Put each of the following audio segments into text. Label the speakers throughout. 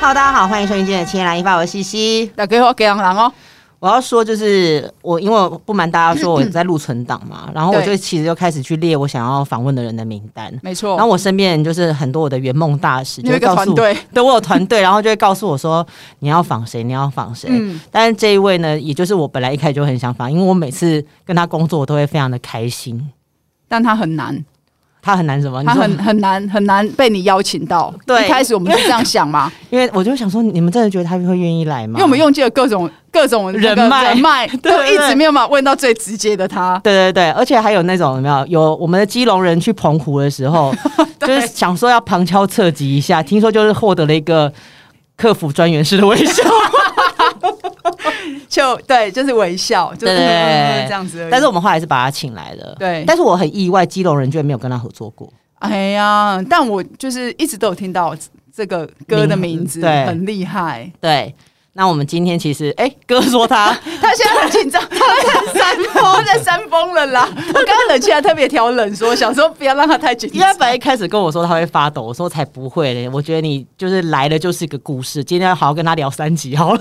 Speaker 1: Hello，大家好，欢迎收听今天的《千来一发》，我是西西。
Speaker 2: 大家好，给人人哦，
Speaker 1: 我要说就是我，因为我不瞒大家说我在录存档 嘛，然后我就其实就开始去列我想要访问的人的名单。
Speaker 2: 没
Speaker 1: 然后
Speaker 2: 错，
Speaker 1: 我身边就是很多我的圆梦大使，
Speaker 2: 你
Speaker 1: 就会
Speaker 2: 有一个
Speaker 1: 告诉
Speaker 2: 团
Speaker 1: 我，
Speaker 2: 队
Speaker 1: 对我有团队，然后就会告诉我说你要访谁，你要访谁。
Speaker 2: 嗯
Speaker 1: 但是这一位呢，也就是我本来一开始就很想访，因为我每次跟他工作，我都会非常的开心。
Speaker 2: 但他很难，
Speaker 1: 他很难什么？你
Speaker 2: 他
Speaker 1: 说
Speaker 2: 很很难很难被你邀请到。
Speaker 1: 对
Speaker 2: 一开始我们是这样想嘛，
Speaker 1: 因为我就想说，你们真的觉得他会愿意来吗？
Speaker 2: 因为我们用尽了各种各种那个
Speaker 1: 人脉
Speaker 2: 人脉，
Speaker 1: 对
Speaker 2: 都一
Speaker 1: 对
Speaker 2: 直没有办法问到最直接的他。
Speaker 1: 对对对，而且还有那种有没有？有我们的基隆人去澎湖的时 候，就是想说要旁敲侧击一下，听说就是获得了一个客服专员式的微笑，
Speaker 2: 就对，就是微笑，就 是
Speaker 1: 对对对
Speaker 2: 这样子而已。
Speaker 1: 但是我们后来是把他请来了。
Speaker 2: 对
Speaker 1: 但是我很意外，基隆人居然没有跟他合作过。
Speaker 2: 哎呀，但我就是一直都有听到这个歌的名字，
Speaker 1: 名对
Speaker 2: 很厉害。
Speaker 1: 对，那我们今天其实，哎、哥说 他
Speaker 2: 他现在很紧张，他在山峰，在山峰了啦。我刚刚冷气还特别调冷说，想说不要让他太紧
Speaker 1: 因为
Speaker 2: 张
Speaker 1: 他。本来一开始跟我说他会发抖，我说才不会嘞，我觉得你就是来了就是一个故事，今天要好好跟他聊三集好了。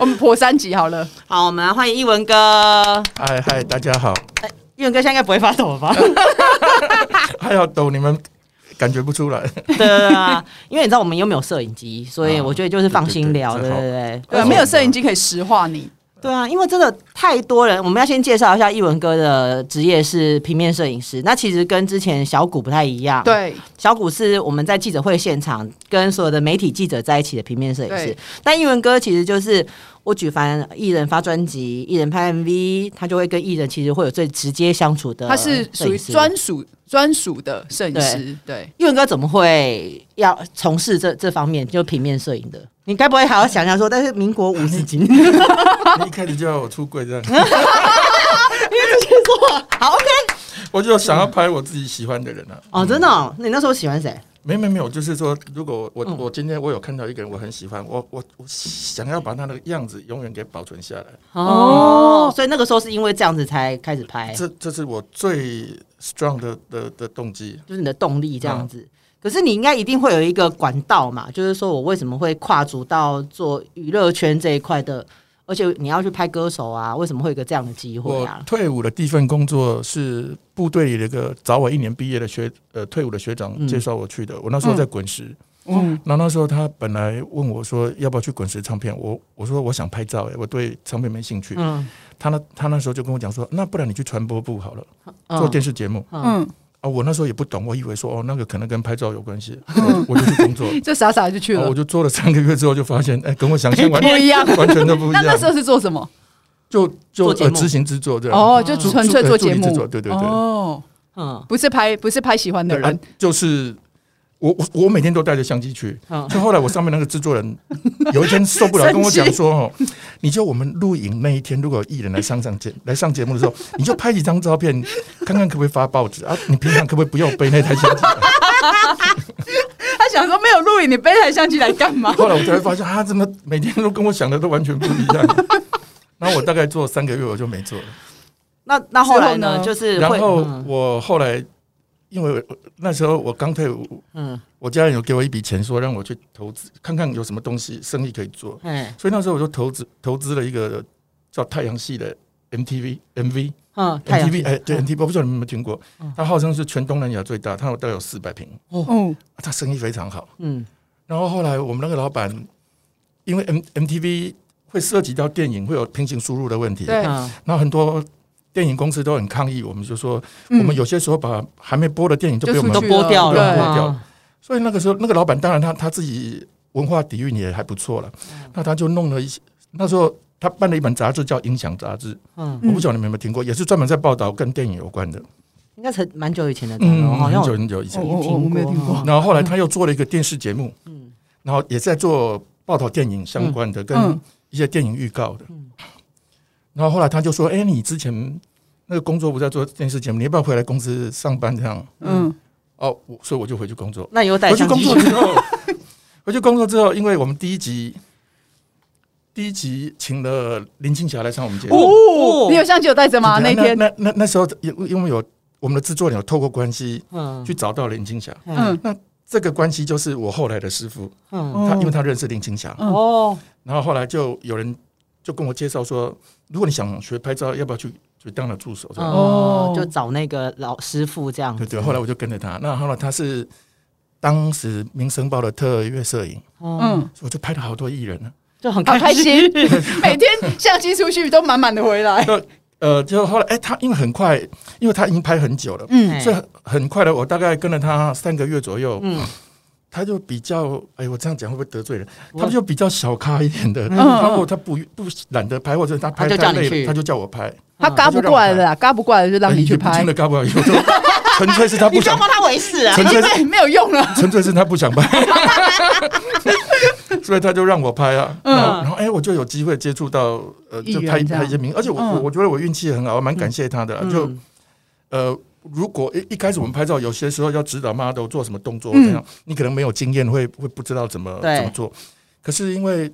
Speaker 2: 我们破三集好了。
Speaker 1: 好，我们来欢迎一文哥，
Speaker 3: 嗨嗨，大家好！
Speaker 1: 一文哥现在应该不会发抖了吧？
Speaker 3: 还要抖，你们感觉不 出来。
Speaker 1: 对啊，因为你知道我们又没有摄影机，所以
Speaker 3: 啊
Speaker 1: 我觉得就是放心聊，
Speaker 3: 对
Speaker 1: 对
Speaker 3: 对
Speaker 1: 对
Speaker 3: 对
Speaker 1: 对。
Speaker 2: 对，啊
Speaker 3: 哦
Speaker 2: 没有摄影机可以石化你。
Speaker 1: 对啊，因为真的太多人，我们要先介绍一下艺文哥的职业是平面摄影师。那其实跟之前小谷不太一样，，
Speaker 2: 对，
Speaker 1: 小谷是我们在记者会现场跟所有的媒体记者在一起的平面摄影师
Speaker 2: 对，
Speaker 1: 但艺文哥其实就是我举凡艺人发专辑、艺人拍 MV，他就会跟艺人其实会有最直接相处的摄
Speaker 2: 啊它
Speaker 1: 影师。
Speaker 2: 是属于专属专属的摄影师。对，
Speaker 1: 玉文哥怎么会要从事这这方面，就平面摄影的？你该不会还要想想说，但是民国五十几年， 你
Speaker 3: 你一开始就要我出柜这样，
Speaker 1: 说好 OK
Speaker 3: 我就想要拍我自己喜欢的人啊。
Speaker 1: 哦，真的哦、那你那时候喜欢谁？
Speaker 3: 没没没有，就是说，如果我
Speaker 1: 嗯
Speaker 3: 我今天我有看到一个人我很喜欢，我我我想要把他的样子永远给保存下来，
Speaker 1: 哦，所以那个时候是因为这样子才开始拍，
Speaker 3: 这这是我最 strong 的的的动机。
Speaker 1: 就是你的动力这样子。可是你应该一定会有一个管道嘛，就是说我为什么会跨足到做娱乐圈这一块的，而且你要去拍歌手啊，为什么会有一个这样的机会
Speaker 3: 我
Speaker 1: 啊？
Speaker 3: 退伍的第一份工作是部队里的一个早我一年毕业的学呃退伍的学
Speaker 1: 嗯
Speaker 3: 长介绍我去的，我那时候在滚石。
Speaker 2: 嗯，
Speaker 3: 然后那时候他本来问我说要不要去滚石唱片，我我说我想拍照、欸，我对唱片没兴趣。
Speaker 1: 嗯，
Speaker 3: 他那他那时候就跟我讲说，那不然你去传播部好了，
Speaker 1: 嗯
Speaker 3: 做电视节目、
Speaker 1: 嗯
Speaker 2: 嗯，
Speaker 3: 啊。我那时候也不懂，我以为说哦那个可能跟拍照有 关系，我我就去工作。
Speaker 2: 就傻傻就去
Speaker 3: 啊、
Speaker 2: 了
Speaker 3: 我。就做了三个月之后，就发现，哎、跟我想象完
Speaker 2: 哦 不一样
Speaker 3: 完全都不 一
Speaker 2: 那那时候
Speaker 3: 样。
Speaker 2: 是做什么？
Speaker 3: 就就
Speaker 1: 做节目
Speaker 3: 呃执行制作这样，呃
Speaker 2: 哦，就纯粹做节
Speaker 3: 助理制
Speaker 2: 目
Speaker 3: 作。对对对。
Speaker 2: 哦，
Speaker 1: 嗯
Speaker 2: 不是拍，不是拍喜欢的
Speaker 3: 啊
Speaker 2: 人。
Speaker 3: 就是我我我每天都带着相机去，
Speaker 1: 嗯
Speaker 3: 就后来我上面那个制作人有一天受不了，
Speaker 2: 生气
Speaker 3: 跟我讲说：“哦，你就我们录影那一天，如果有艺人来上上节来上节目的时候，你就拍几张照片，看看可不可以发报纸啊？你平常可不可以不要背那台相机
Speaker 2: 他想说没有录影，你背台相机来干 嘛？”？
Speaker 3: 后来我才会发现，啊，怎么每天都跟我想的都完全不一样。然后我大概做三个月，我就没做了。
Speaker 1: 那那后来呢？
Speaker 2: 之后呢
Speaker 1: 就是
Speaker 3: 然
Speaker 1: 会
Speaker 3: 后
Speaker 1: 嗯
Speaker 3: 我后来，因为我那时候我刚退伍，
Speaker 1: 嗯，
Speaker 3: 我家人有给我一笔钱，说让我去投资，看看有什么东西生意可以做。
Speaker 1: 哎，
Speaker 3: 所以那时候我就投资投资了一个叫太阳系的 MTV MV
Speaker 1: 嗯，太阳
Speaker 3: MTV 哎，对
Speaker 1: 嗯
Speaker 3: MTV，我不知道你们有没有听过，它号称是全东南亚最大，它有大概有四百平，
Speaker 2: 嗯，
Speaker 3: 啊它生意非常好。
Speaker 1: 嗯
Speaker 3: 然后后来我们那个老板，因为 M MTV 会涉及到电影，会有平行输入的问题，
Speaker 2: 对
Speaker 1: 嗯
Speaker 3: 然后很多。电影公司都很抗议，我们就说，
Speaker 2: 嗯
Speaker 3: 我们有些时候把还没播的电影就
Speaker 2: 就
Speaker 3: 被我们
Speaker 2: 出
Speaker 1: 都
Speaker 2: 去
Speaker 1: 剥掉了，
Speaker 3: 对
Speaker 1: 嗯
Speaker 3: 所以那个时候，那个老板当然他他自己文化底蕴也还不错了，那他就弄了一些。那时候他办了一本杂志叫《影响杂志》，
Speaker 1: 嗯，
Speaker 3: 我不晓得你们有没有听过，也是专门在报道跟电影有关的。嗯
Speaker 1: 应该才蛮久以前的歌了，好
Speaker 3: 很
Speaker 1: 像
Speaker 3: 久
Speaker 1: 我
Speaker 3: 很久以前。嗯
Speaker 2: 哦我我没有听过
Speaker 3: 然后后来他又做了一个电视节目，
Speaker 1: 嗯
Speaker 3: 然后也在做报道电影相关的，跟
Speaker 2: 嗯
Speaker 3: 一些电影预告的。然后后来他就说：“哎，你之前那个工作不在做电视节目，你要不要回来公司上班？”这样
Speaker 2: 嗯，
Speaker 3: 哦，我所以我就回去工作。
Speaker 1: 那有带
Speaker 3: 回去
Speaker 1: 相
Speaker 3: 工
Speaker 1: 机
Speaker 3: 作之后， 回去工作之后，因为我们第一集第一集请了林青霞来上我们节目，
Speaker 1: 哦
Speaker 2: 你有相机有带着吗？
Speaker 3: 对
Speaker 2: 那
Speaker 3: 那
Speaker 2: 天，
Speaker 3: 那那那时候因因为有我们的制作人有透过关系
Speaker 1: 嗯
Speaker 3: 去找到林青霞，
Speaker 1: 嗯
Speaker 2: 嗯，
Speaker 3: 这个关系就是我后来的师傅，
Speaker 1: 嗯，
Speaker 3: 他因为他认识林青霞，
Speaker 2: 嗯
Speaker 1: 哦，
Speaker 3: 然后后来就有人就跟我介绍说，如果你想学拍照，要不要去去当了助手？这样
Speaker 1: 哦
Speaker 2: 哦，
Speaker 1: 就找那个老师傅这样
Speaker 3: 对
Speaker 1: 子，
Speaker 3: 对，后来我就跟着他。那后来他是当时《民生报》的特约摄影，
Speaker 1: 嗯，
Speaker 2: 嗯，
Speaker 3: 我就拍了好多艺人啊呢。
Speaker 1: 就很
Speaker 2: 好开
Speaker 1: 心，
Speaker 2: 心，每天相机出去都满满的回来。
Speaker 3: 呃，就后来哎、他因为很快，因为他已经拍很久了，
Speaker 2: 嗯
Speaker 3: 所以很很快的，我大概跟了他三个月左右，
Speaker 1: 嗯，
Speaker 3: 他就比较，哎，我这样讲会不会得罪人？
Speaker 1: 不会
Speaker 3: 他就比较小咖一点的，
Speaker 1: 嗯
Speaker 3: 他或他不不懒得拍，或者他
Speaker 1: 他
Speaker 3: 拍
Speaker 1: 就叫
Speaker 3: 太
Speaker 1: 你
Speaker 3: 累
Speaker 1: 去
Speaker 3: 了，他就叫我拍，哎
Speaker 2: 他嘎不过来的啦，嘎不过来的就让哎你
Speaker 3: 也
Speaker 2: 去
Speaker 3: 不
Speaker 2: 拍
Speaker 3: 真，的搞不好有时候纯粹是他
Speaker 1: 你
Speaker 3: 不
Speaker 1: 不要
Speaker 3: 想，
Speaker 1: 帮他为是啊，
Speaker 3: 纯粹是
Speaker 2: 对，没有用 了。
Speaker 3: 纯粹是他不想拍，所以他就让我拍啊，然后然后哎，我就有机会接触到呃，
Speaker 2: 艺
Speaker 3: 就
Speaker 2: 人
Speaker 3: 拍
Speaker 2: 这样
Speaker 3: 拍一些名，而且我
Speaker 2: 嗯
Speaker 3: 我我觉得我运气很好，我蛮感谢他的啦，就
Speaker 1: 嗯
Speaker 3: 呃，如果一一开始我们拍照，有些时候要指导 model 做什么动作，这样、你可能没有经验，会会不知道怎么
Speaker 1: 对
Speaker 3: 怎么做。可是因为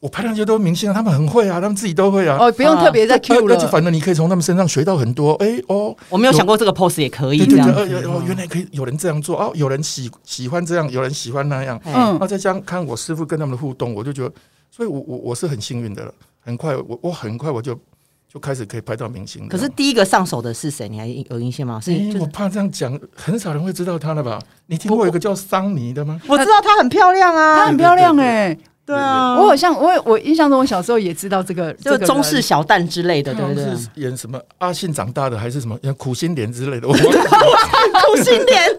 Speaker 3: 我拍那些都是明星啊，他们很会啊，他们自己都会啊。
Speaker 2: 哦，不用特别再 Q
Speaker 3: 而且
Speaker 2: 了。
Speaker 3: 反正你可以从他们身上学到很多。哎、哦，
Speaker 1: 我没有想过这个 pose 也可以
Speaker 3: 对
Speaker 1: 这
Speaker 3: 对
Speaker 1: 样
Speaker 3: 对，
Speaker 1: 子，
Speaker 3: 呃哦，原来可以有人这样做哦，有人喜喜欢这样，有人喜欢那样。
Speaker 1: 嗯，
Speaker 3: 那
Speaker 2: 嗯，
Speaker 3: 再加上看我师傅跟他们的互动，我就觉得，所以我我我是很幸运的了。很快，我我很快我就就开始可以拍到明星了。
Speaker 1: 可是第一个上手的是谁？你还有印象吗？是
Speaker 3: 诶
Speaker 1: 就
Speaker 3: 我
Speaker 1: 是。
Speaker 3: 怕这样讲，很少人会知道他了吧？你听过有一个叫桑尼的吗？
Speaker 1: 我知道她很漂亮
Speaker 2: 她
Speaker 1: 啊
Speaker 2: 很，漂亮哎，
Speaker 1: 对啊，
Speaker 3: 嗯
Speaker 2: 我好像我我印象中我小时候也知道这个，
Speaker 1: 就中式小旦之类的，对不
Speaker 3: 他
Speaker 1: 对？
Speaker 3: 好像是演什么阿信长大的，还是什么演苦心莲之类的？我忘了，
Speaker 1: 苦心莲，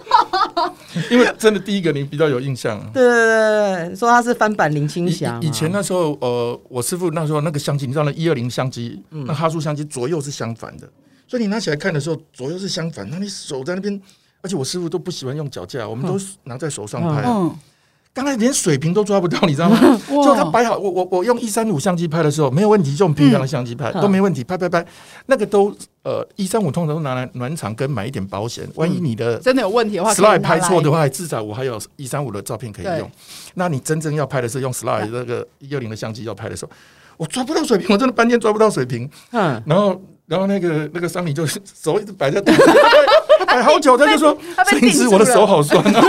Speaker 3: 因为真的第一个你比较有印象。
Speaker 1: 对对对对，说她是翻版林青
Speaker 3: 以
Speaker 1: 霞
Speaker 2: 啊
Speaker 1: 嘛，
Speaker 3: 以以前那时候，呃，我师傅那时候那个相机，你知道那一二零相机，
Speaker 2: 嗯
Speaker 3: 那哈苏相机左右是相反的，所以你拿起来看的时候，左右是相反。那你手在那边，而且我师傅都不喜欢用脚架，我们都拿在手上拍。啊
Speaker 2: 嗯，
Speaker 3: 刚才连水平都抓不到，你知道吗？
Speaker 2: 哇
Speaker 3: 就他摆好，我我我用一三五相机拍的时候没有问题，就用平常的相机拍、
Speaker 1: 嗯
Speaker 3: 都没问题，拍拍拍，那个都呃一三五通常都拿来暖场跟买一点保险，万
Speaker 2: 嗯
Speaker 3: 一你的
Speaker 2: 真的有问题的话
Speaker 3: slide 拍错的
Speaker 2: 话，
Speaker 3: 话，至少我还有一三五的照片可以
Speaker 2: 对
Speaker 3: 用。那你真正要拍的是用 slide 那个一二零的相机要拍的时候，我抓不到水平，我真的半天抓不到水平，
Speaker 1: 嗯，
Speaker 3: 然后。然后那个那个桑尼就手一直摆在地上，他摆好久，他就说
Speaker 2: 他：“被
Speaker 3: 摄
Speaker 2: 定
Speaker 3: 影师，
Speaker 2: 住
Speaker 3: 我的
Speaker 2: 了
Speaker 3: 手好酸啊！”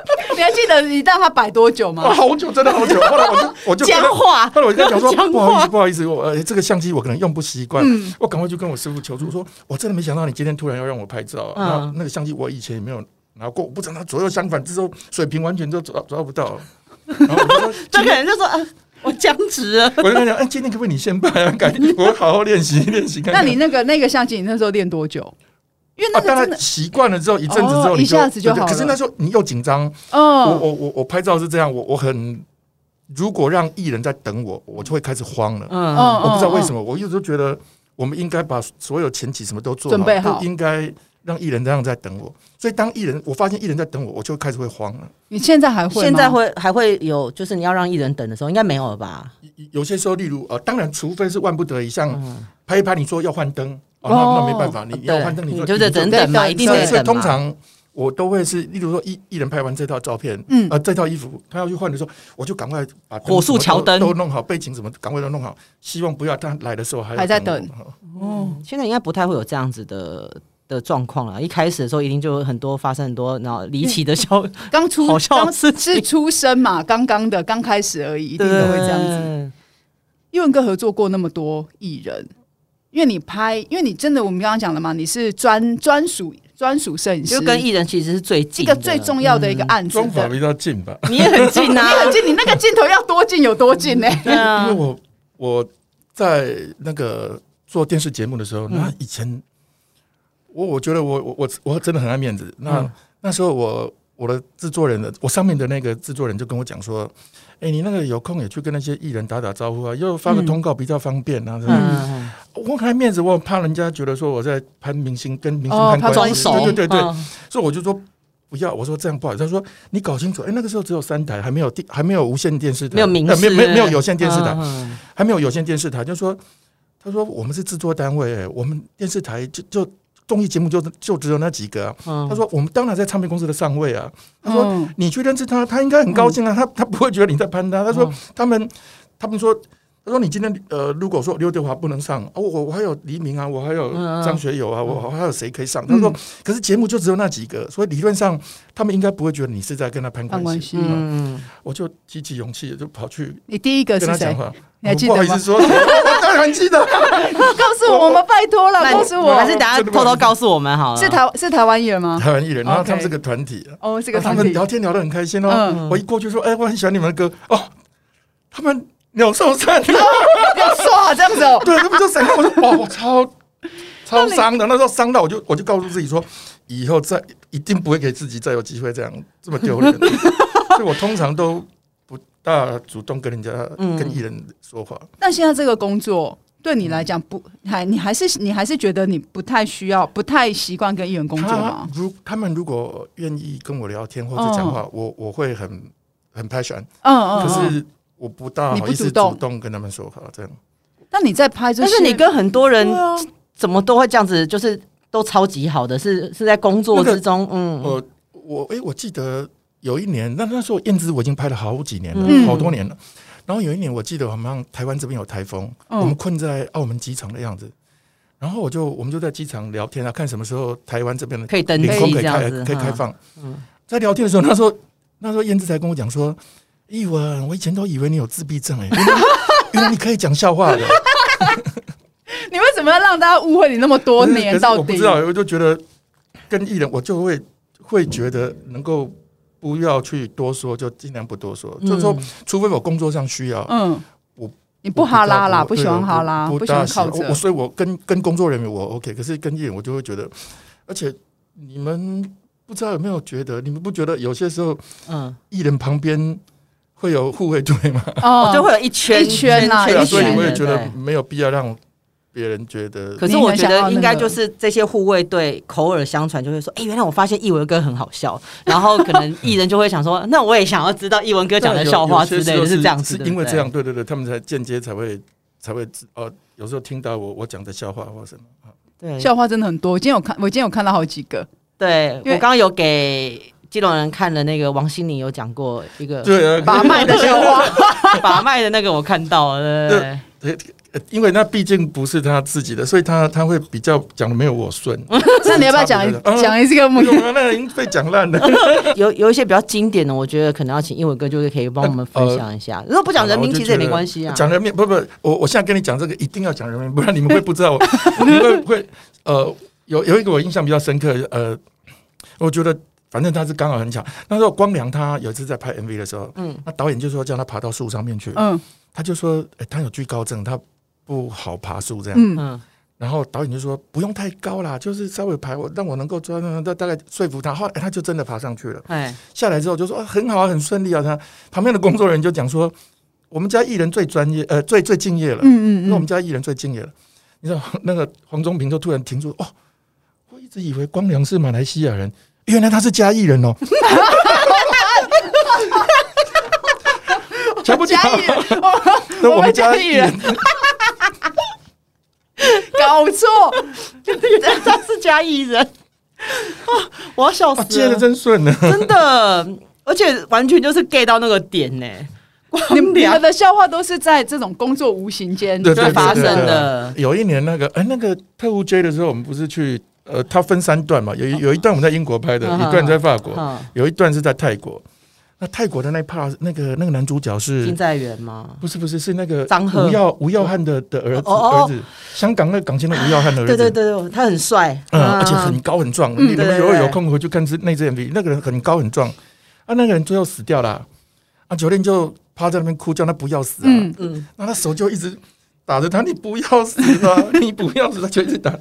Speaker 2: 你还记得你让他摆多久
Speaker 3: 哇，
Speaker 2: 吗？
Speaker 3: 好久，真的好久。后来 我就我就跟
Speaker 1: 僵
Speaker 3: 他
Speaker 1: 化
Speaker 3: 后来我就跟他讲说，
Speaker 1: 僵化
Speaker 3: 不好意思，不好意思，我呃这个相机我可能用不习惯，
Speaker 2: 嗯
Speaker 3: 我赶快就跟我师傅求助说，我真的没想到你今天突然要让我拍照啊，
Speaker 1: 嗯，
Speaker 3: 然后那个相机我以前也没有拿过，我不知道它左右相反，之后水平完全都抓抓 不到。然后我就说
Speaker 1: 这个人就说啊，我僵直了，
Speaker 3: 我就跟他讲，哎，今天可不可以你先拍啊？改天我好好练习练习看
Speaker 2: 那
Speaker 3: 看。
Speaker 2: 你那个那个相机，你那时候练多久？因为那
Speaker 3: 啊，
Speaker 2: 个
Speaker 3: 当
Speaker 2: 真
Speaker 3: 然
Speaker 2: 的，
Speaker 3: 习惯了之后，一阵子之后
Speaker 2: 哦
Speaker 3: 你
Speaker 2: 一下子就
Speaker 3: 对对
Speaker 2: 好
Speaker 3: 可是
Speaker 2: 了
Speaker 3: 那时候你又紧张，我
Speaker 2: 嗯，
Speaker 3: 我我我拍照是这样，我我很如果让艺人在等我，我就会开始慌了。
Speaker 1: 嗯
Speaker 2: 嗯
Speaker 3: 我不知道为什么，我一直都觉得我们应该把所有前期什么都做
Speaker 2: 准备好
Speaker 3: 不应该让艺人这样在等我。所以当艺人，我发现艺人在等我，我就开始会慌了。
Speaker 2: 你现在还会吗？
Speaker 1: 现在会还会有，就是你要让艺人等的时候，应该没有了吧？
Speaker 3: 有有些时候，例如呃，当然，除非是万不得已，像
Speaker 1: 嗯，
Speaker 3: 拍一拍，你说要换灯，哦，那
Speaker 2: 哦
Speaker 3: 那没办法，你你要
Speaker 1: 对
Speaker 3: 换灯，你说
Speaker 1: 你就是
Speaker 3: 等
Speaker 1: 等等嘛，
Speaker 2: 对
Speaker 1: 一定
Speaker 3: 所
Speaker 1: 得
Speaker 3: 以所以
Speaker 1: 等
Speaker 3: 通
Speaker 1: 嘛。
Speaker 3: 常我都会是，例如说艺艺人拍完这套照片，
Speaker 2: 嗯
Speaker 3: 呃，这套衣服他要去换的时候，我就赶快把灯
Speaker 1: 火速
Speaker 3: 什么都
Speaker 1: 调灯
Speaker 3: 都弄好，背景什么赶快都弄好，希望不要他来的时候还要
Speaker 2: 还在
Speaker 3: 我。哦
Speaker 2: 哦，
Speaker 1: 现在应该不太会有这样子的。的状况了，一开始的时候一定就有很多发生很多然后离奇的消，
Speaker 2: 刚出
Speaker 1: 好笑
Speaker 2: 刚
Speaker 1: 事情
Speaker 2: 是出生嘛，刚刚的刚开始而已，一定都会这样子。
Speaker 1: 子。
Speaker 2: 因为文哥合作过那么多艺人，因为你拍，因为你真的我们刚刚讲了嘛，你是专专属专属摄影师，
Speaker 1: 就跟艺人其实是最
Speaker 2: 这
Speaker 1: 近
Speaker 2: 个
Speaker 1: 的
Speaker 2: 最重要的一个案子
Speaker 3: 妆法
Speaker 2: 的。
Speaker 3: 比较近吧，
Speaker 1: 你也很近
Speaker 2: 你
Speaker 1: 啊，
Speaker 2: 很近，你那个镜头要多近有多近呢、
Speaker 1: 对啊
Speaker 3: 因为，我我在那个做电视节目的时候，
Speaker 1: 嗯
Speaker 3: 那以前我我觉得我我我我真的很爱面子。那、
Speaker 1: 嗯
Speaker 3: 那时候我我的制作人的我上面的那个制作人就跟我讲说，哎、你那个有空也去跟那些艺人打打招呼啊，又发个
Speaker 1: 嗯
Speaker 3: 通告比较方便啊。什么
Speaker 1: 嗯，
Speaker 3: 我很爱面子，我很怕人家觉得说我在攀明星跟明星
Speaker 2: 哦
Speaker 3: 攀
Speaker 2: 怕
Speaker 3: 关
Speaker 1: 装
Speaker 3: 系，
Speaker 1: 熟，
Speaker 3: 对对对对，
Speaker 1: 嗯
Speaker 3: 所以我就说。不要，我说这样不好。他说你搞清楚，哎、那个时候只有三台，还没有电，还没有无线电视台，
Speaker 1: 没有明
Speaker 3: 呃
Speaker 1: 示，
Speaker 3: 没有没有没有有线电视台。
Speaker 1: 嗯，嗯
Speaker 3: 还没有有线电视台，就说他说我们是制作单位、欸，我们电视台就就综艺节目就就只有那几个啊、
Speaker 1: 嗯
Speaker 3: 他说我们当然在唱片公司的上位啊。他说、
Speaker 2: 嗯，
Speaker 3: 你去认识他，他应该很高兴啊，他他不会觉得你在攀他。他说、他们他们说他说：“你今天呃，如果说刘德华不能上，哦，我我还有黎明啊，我还有
Speaker 1: 嗯嗯
Speaker 3: 张学友啊，我我还有谁可以上？”他说：“可是节目就只有那几个，所以理论上他们应该不会觉得你是在跟他攀
Speaker 2: 攀
Speaker 3: 关
Speaker 2: 关
Speaker 3: 系。
Speaker 2: 系
Speaker 3: 嗯”
Speaker 1: 嗯，
Speaker 3: 我就提起勇气，就跑去
Speaker 2: 你第一个
Speaker 3: 跟
Speaker 2: 呃是
Speaker 3: 他
Speaker 2: 谁
Speaker 3: 讲？话。
Speaker 2: 你还
Speaker 3: 我
Speaker 2: 记
Speaker 3: 不
Speaker 2: 得
Speaker 3: 好意思
Speaker 2: 吗？
Speaker 3: 说， 我当然 记得。
Speaker 2: 告诉我们，拜托了，
Speaker 1: 那
Speaker 2: 告
Speaker 1: 你
Speaker 2: 诉我
Speaker 1: 还。是等下偷偷告诉我们好了。
Speaker 2: 是台是台湾艺人吗？
Speaker 3: 台湾艺人，然后他们
Speaker 2: OK
Speaker 3: 这个团体啊，
Speaker 2: 哦，这个
Speaker 3: 他
Speaker 2: 团
Speaker 3: 们
Speaker 2: 体
Speaker 3: 聊天聊得很开心哦
Speaker 2: 嗯。
Speaker 3: 我一过去说：“哎，我很喜欢你们的歌哦。”他们鸟兽 散，
Speaker 2: 要刷这样子哦。
Speaker 3: 对，他们就闪开，我说哇，我超超伤的。那时候伤到，我就我就告诉自己说，以后再一定不会给自己再有机会这样这么 丢脸。所以我通常都不大主动跟人家、
Speaker 1: 嗯
Speaker 3: 跟艺人说话。
Speaker 2: 但现在这个工作对你来讲不还你还是你还是觉得你不太需要不太习惯跟艺人工作
Speaker 3: 他
Speaker 2: 吗？
Speaker 3: 如他们如果愿意跟我聊天或者讲话，
Speaker 2: 哦
Speaker 3: 我我会很很 passion，、
Speaker 2: 嗯嗯。
Speaker 3: 可
Speaker 2: 嗯，
Speaker 3: 是我不大
Speaker 2: 你
Speaker 3: 好
Speaker 2: 不
Speaker 3: 意思
Speaker 2: 主动
Speaker 3: 主动跟他们说话，这样。
Speaker 2: 那你在拍这些，
Speaker 1: 但是你跟很多人
Speaker 2: 对啊
Speaker 1: 怎么都会这样子，就是都超级好的，是是在工作之中，嗯，
Speaker 3: 我我哎、我记得有一年，那那时候燕姿我已经拍了好几年了，
Speaker 2: 嗯
Speaker 3: 好多年了。然后有一年，我记得好像台湾这边有台风，
Speaker 2: 嗯
Speaker 3: 我们困在澳门机场的样子。然后我就我们就在机场聊天啊，看什么时候台湾这边的
Speaker 1: 可以登
Speaker 3: 领空
Speaker 1: 机这
Speaker 3: 可以
Speaker 1: 样
Speaker 3: 开
Speaker 1: 子，
Speaker 3: 可以
Speaker 1: 哈
Speaker 3: 开。放。
Speaker 1: 嗯
Speaker 3: 在聊天的时候，那时候那时候燕姿才跟我讲说：“一文，我以前都以为你有自闭症哎、原来原来你可以讲笑话的。
Speaker 2: 你为什么要让大家误会你那么 多
Speaker 3: 可是可
Speaker 2: 年
Speaker 3: 是
Speaker 2: 到
Speaker 3: 我不
Speaker 2: 底
Speaker 3: 知？道，我就觉得跟艺人，我就会会觉得能够不要去多说，就尽量不多说。就是说，除非我工作上需要，
Speaker 2: 嗯，
Speaker 3: 我
Speaker 2: 你不哈拉啦，
Speaker 3: 我
Speaker 2: 不喜欢哈拉，
Speaker 3: 对我
Speaker 2: 不
Speaker 3: 不
Speaker 2: 喜欢
Speaker 3: 大
Speaker 2: 靠
Speaker 3: 我我
Speaker 2: 着。
Speaker 3: 所以，我跟跟工作人员我 OK，可是跟艺人我就会觉得，而且你们不知道有没有觉得，你们不觉得有些时候
Speaker 1: 嗯，
Speaker 3: 艺人旁边会有护卫队吗？
Speaker 2: 哦
Speaker 1: 就会有一圈
Speaker 2: 一圈啦
Speaker 3: 对
Speaker 2: 对
Speaker 3: 啊，
Speaker 2: 一
Speaker 3: 所以
Speaker 2: 群
Speaker 3: 我
Speaker 1: 的
Speaker 3: 也觉得
Speaker 1: 对
Speaker 3: 没有必要让别人觉得
Speaker 1: 可是我觉得应该就是这些护卫队口耳相传，就会说：“哎、原来我发现译文哥很好笑。”然后可能艺人就会想说：“ 那我也想要知道译文哥讲的笑话之类
Speaker 3: 啊有有
Speaker 1: 的，
Speaker 3: 些时候
Speaker 1: 这样子。”
Speaker 3: 是因为这样，，对对对，他们才间接才会才会知哦。有时候听到我我讲的笑话或什么，
Speaker 1: 对
Speaker 2: 笑话真的很多。我今天有看，我今天有看到好几 个。
Speaker 1: 对，我
Speaker 2: 因为
Speaker 1: 刚刚有给基隆人看的那个王心凌有讲过一个
Speaker 3: 对啊，
Speaker 1: 把脉的笑 话， 把脉的那个我看到了，对对
Speaker 3: 呃因为那毕竟不是他自己的，所以他他会比较讲的没有 我顺。
Speaker 2: 那你要不要讲一
Speaker 3: 差不多的嗯
Speaker 2: 讲一这个
Speaker 3: 不
Speaker 2: 目？
Speaker 3: 用啊，那已经被讲烂了。
Speaker 1: 对有有一些比较经典的，我觉得可能要请英文哥就是可以帮我们分享一下。如果不讲人名，其实也没关系啊。
Speaker 3: 讲人名不不，我我现在跟你讲这个一定要讲人名，不然你们会不 知道我，你们会会呃有有一个我印象比较深刻，呃，我觉得反正他是刚好很巧，那时候光良他有一次在拍 MV 的时候，
Speaker 1: 嗯
Speaker 3: 嗯，那导演就说叫他爬到树上面去，
Speaker 2: 嗯
Speaker 3: 他就说、诶他有惧高症，他不好爬树这样，
Speaker 2: 嗯，
Speaker 1: 嗯
Speaker 3: 然后导演就说不用太高啦，就是稍微爬我让我能够抓，那大概说服他，后来哎他就真的爬上去了。
Speaker 1: 哎，
Speaker 3: 下来之后就说、啊、很好啊，很顺利啊。他旁边的工作人员就讲说，我们家艺人最专业，呃，最最敬业了。
Speaker 2: 嗯嗯
Speaker 3: 因为
Speaker 2: 嗯
Speaker 3: 我们，家艺人最敬业了。你知道 那个黄宗平就突然停住，哦，我一直以为光良是马来西亚人，原来他是嘉义 人哦。全部讲，
Speaker 2: 嘉义人，
Speaker 3: 那
Speaker 2: 我
Speaker 3: 我
Speaker 2: 们
Speaker 3: 们
Speaker 2: 嘉
Speaker 3: 嘉
Speaker 2: 义
Speaker 3: 义
Speaker 2: 人
Speaker 3: 人，
Speaker 2: 搞 错，
Speaker 1: 他是嘉义人，啊我要笑
Speaker 3: 哇
Speaker 1: 死
Speaker 3: 哦接的
Speaker 1: 了，
Speaker 3: 真顺呢。
Speaker 1: 真的，而且完全就是 get 到那个点呢、
Speaker 2: 你
Speaker 1: 光
Speaker 2: 们你
Speaker 1: 良
Speaker 2: 们的笑话都是在这种工作无形间
Speaker 3: 对
Speaker 1: 就
Speaker 3: 对
Speaker 1: 是
Speaker 3: 对
Speaker 1: 发生
Speaker 3: 对对
Speaker 1: 的
Speaker 3: 有一年那个，哎，那个特务追的时候，我们不是去，呃，它分三段嘛，有一有一段我们在英国拍的，
Speaker 1: 嗯
Speaker 2: 啊
Speaker 3: 一段在法国，
Speaker 1: 嗯，
Speaker 3: 有一段是在泰国。那泰国的那 part，那个那个男主角是
Speaker 1: 金。在元嘛，
Speaker 3: 不是不是是那个
Speaker 1: 张赫
Speaker 3: 吴耀吴耀汉的的儿子
Speaker 1: 哦哦哦
Speaker 3: 儿子，香港那个港星的吴耀汉的儿子，
Speaker 1: 对对对对，他很帅，
Speaker 3: 嗯，
Speaker 1: 啊
Speaker 3: 而且很高很壮，
Speaker 2: 嗯
Speaker 3: 你们
Speaker 1: 对
Speaker 3: 如
Speaker 1: 对
Speaker 3: 果
Speaker 1: 对
Speaker 3: 有空回去看是那支 MV，那个人很高很壮，啊，那个人最后死掉了，啊，九恋就趴在那边哭，叫他不要死啊，
Speaker 2: 嗯，
Speaker 1: 嗯，
Speaker 3: 那他手就一直打着他，你不要死啊，你不要死，他就一直打。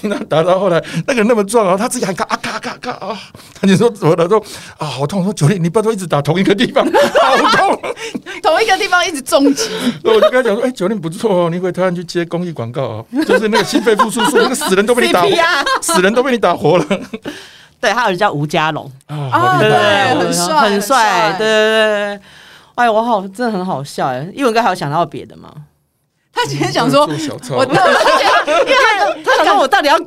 Speaker 3: 那打到后来，那个人那么壮啊，他自己还咔啊咔咔咔啊，他就说怎么了？说啊好痛！我说九力，你不要都一直打同一个地方，好痛！
Speaker 2: 同一个地方一直终极，
Speaker 3: 所以我就跟他讲说，哎、九力不错哦，你回台湾去接公益广告哦，就是那个心肺复苏术，那个死人都被你打活，
Speaker 1: CPR，
Speaker 3: 死人都被你打活了
Speaker 1: 对他儿子叫吴家龙，
Speaker 3: 啊！
Speaker 2: 啊
Speaker 3: 好厉害、
Speaker 2: 对
Speaker 3: 哦！
Speaker 2: 很帅
Speaker 1: 很
Speaker 2: 很帅
Speaker 1: 对对对对。哎，我好，真的很好笑哎！英文哥还有想到别的吗？
Speaker 2: 他今天想说，
Speaker 3: 做小抄
Speaker 2: 我到
Speaker 1: 因为他他想说我哦到底要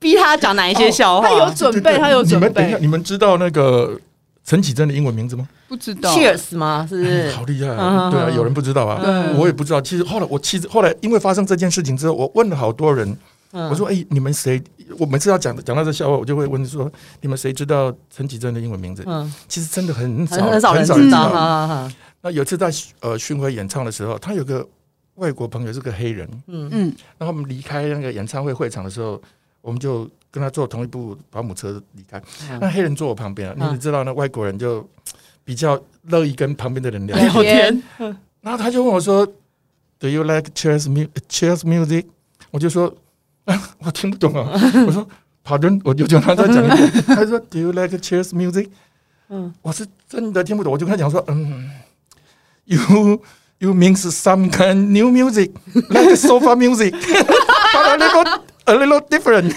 Speaker 1: 逼他讲哪一些笑话？
Speaker 2: 他有准备，他有
Speaker 3: 你
Speaker 2: 准
Speaker 3: 们等一下，
Speaker 2: 备。
Speaker 3: 你们知道那个陈绮贞的英文名字吗？
Speaker 2: 不知道。
Speaker 1: Cheers 吗？是不是？
Speaker 3: 好厉害
Speaker 1: 嗯
Speaker 3: 啊！
Speaker 1: 嗯
Speaker 3: 对啊，
Speaker 1: 嗯
Speaker 3: 有人不知道啊，
Speaker 2: 对
Speaker 3: 我也不知道。其实后来我其实后来因为发生这件事情之后，我问了好多人，
Speaker 1: 嗯
Speaker 3: 我说：“哎、你们谁？”我每次要讲讲到这笑话，我就会问说：“你们谁知道陈绮贞的英文名字？”
Speaker 1: 嗯，
Speaker 3: 其实真的
Speaker 1: 很
Speaker 3: 很少，
Speaker 1: 很少人
Speaker 3: 少
Speaker 1: 知
Speaker 3: 知
Speaker 1: 道，
Speaker 3: 道。
Speaker 1: 哈哈哈
Speaker 3: 那有一次在呃巡回演唱的时候，他有个外国朋友是个黑人，
Speaker 1: 嗯
Speaker 2: 嗯，
Speaker 3: 然后我们离开那个演唱会会场的时候，我们就跟他坐同一部保姆车离开。那黑人坐我旁边啊，你
Speaker 1: 嗯
Speaker 3: 也知道那外国人就比较乐意跟旁边的人聊
Speaker 1: 聊
Speaker 3: 天。
Speaker 1: 天，
Speaker 3: 然后他就问我说：“Do you like jazz mu jazz music？” 我就说：“啊，我听不懂啊。”我说：“Pardon，我就叫他再讲一遍。”他说：“Do you like jazz music？”
Speaker 1: 嗯，
Speaker 3: 我是真的听不懂，我就跟他讲说：“嗯，you you means some kind new music like sofa music，but a little a little different 。”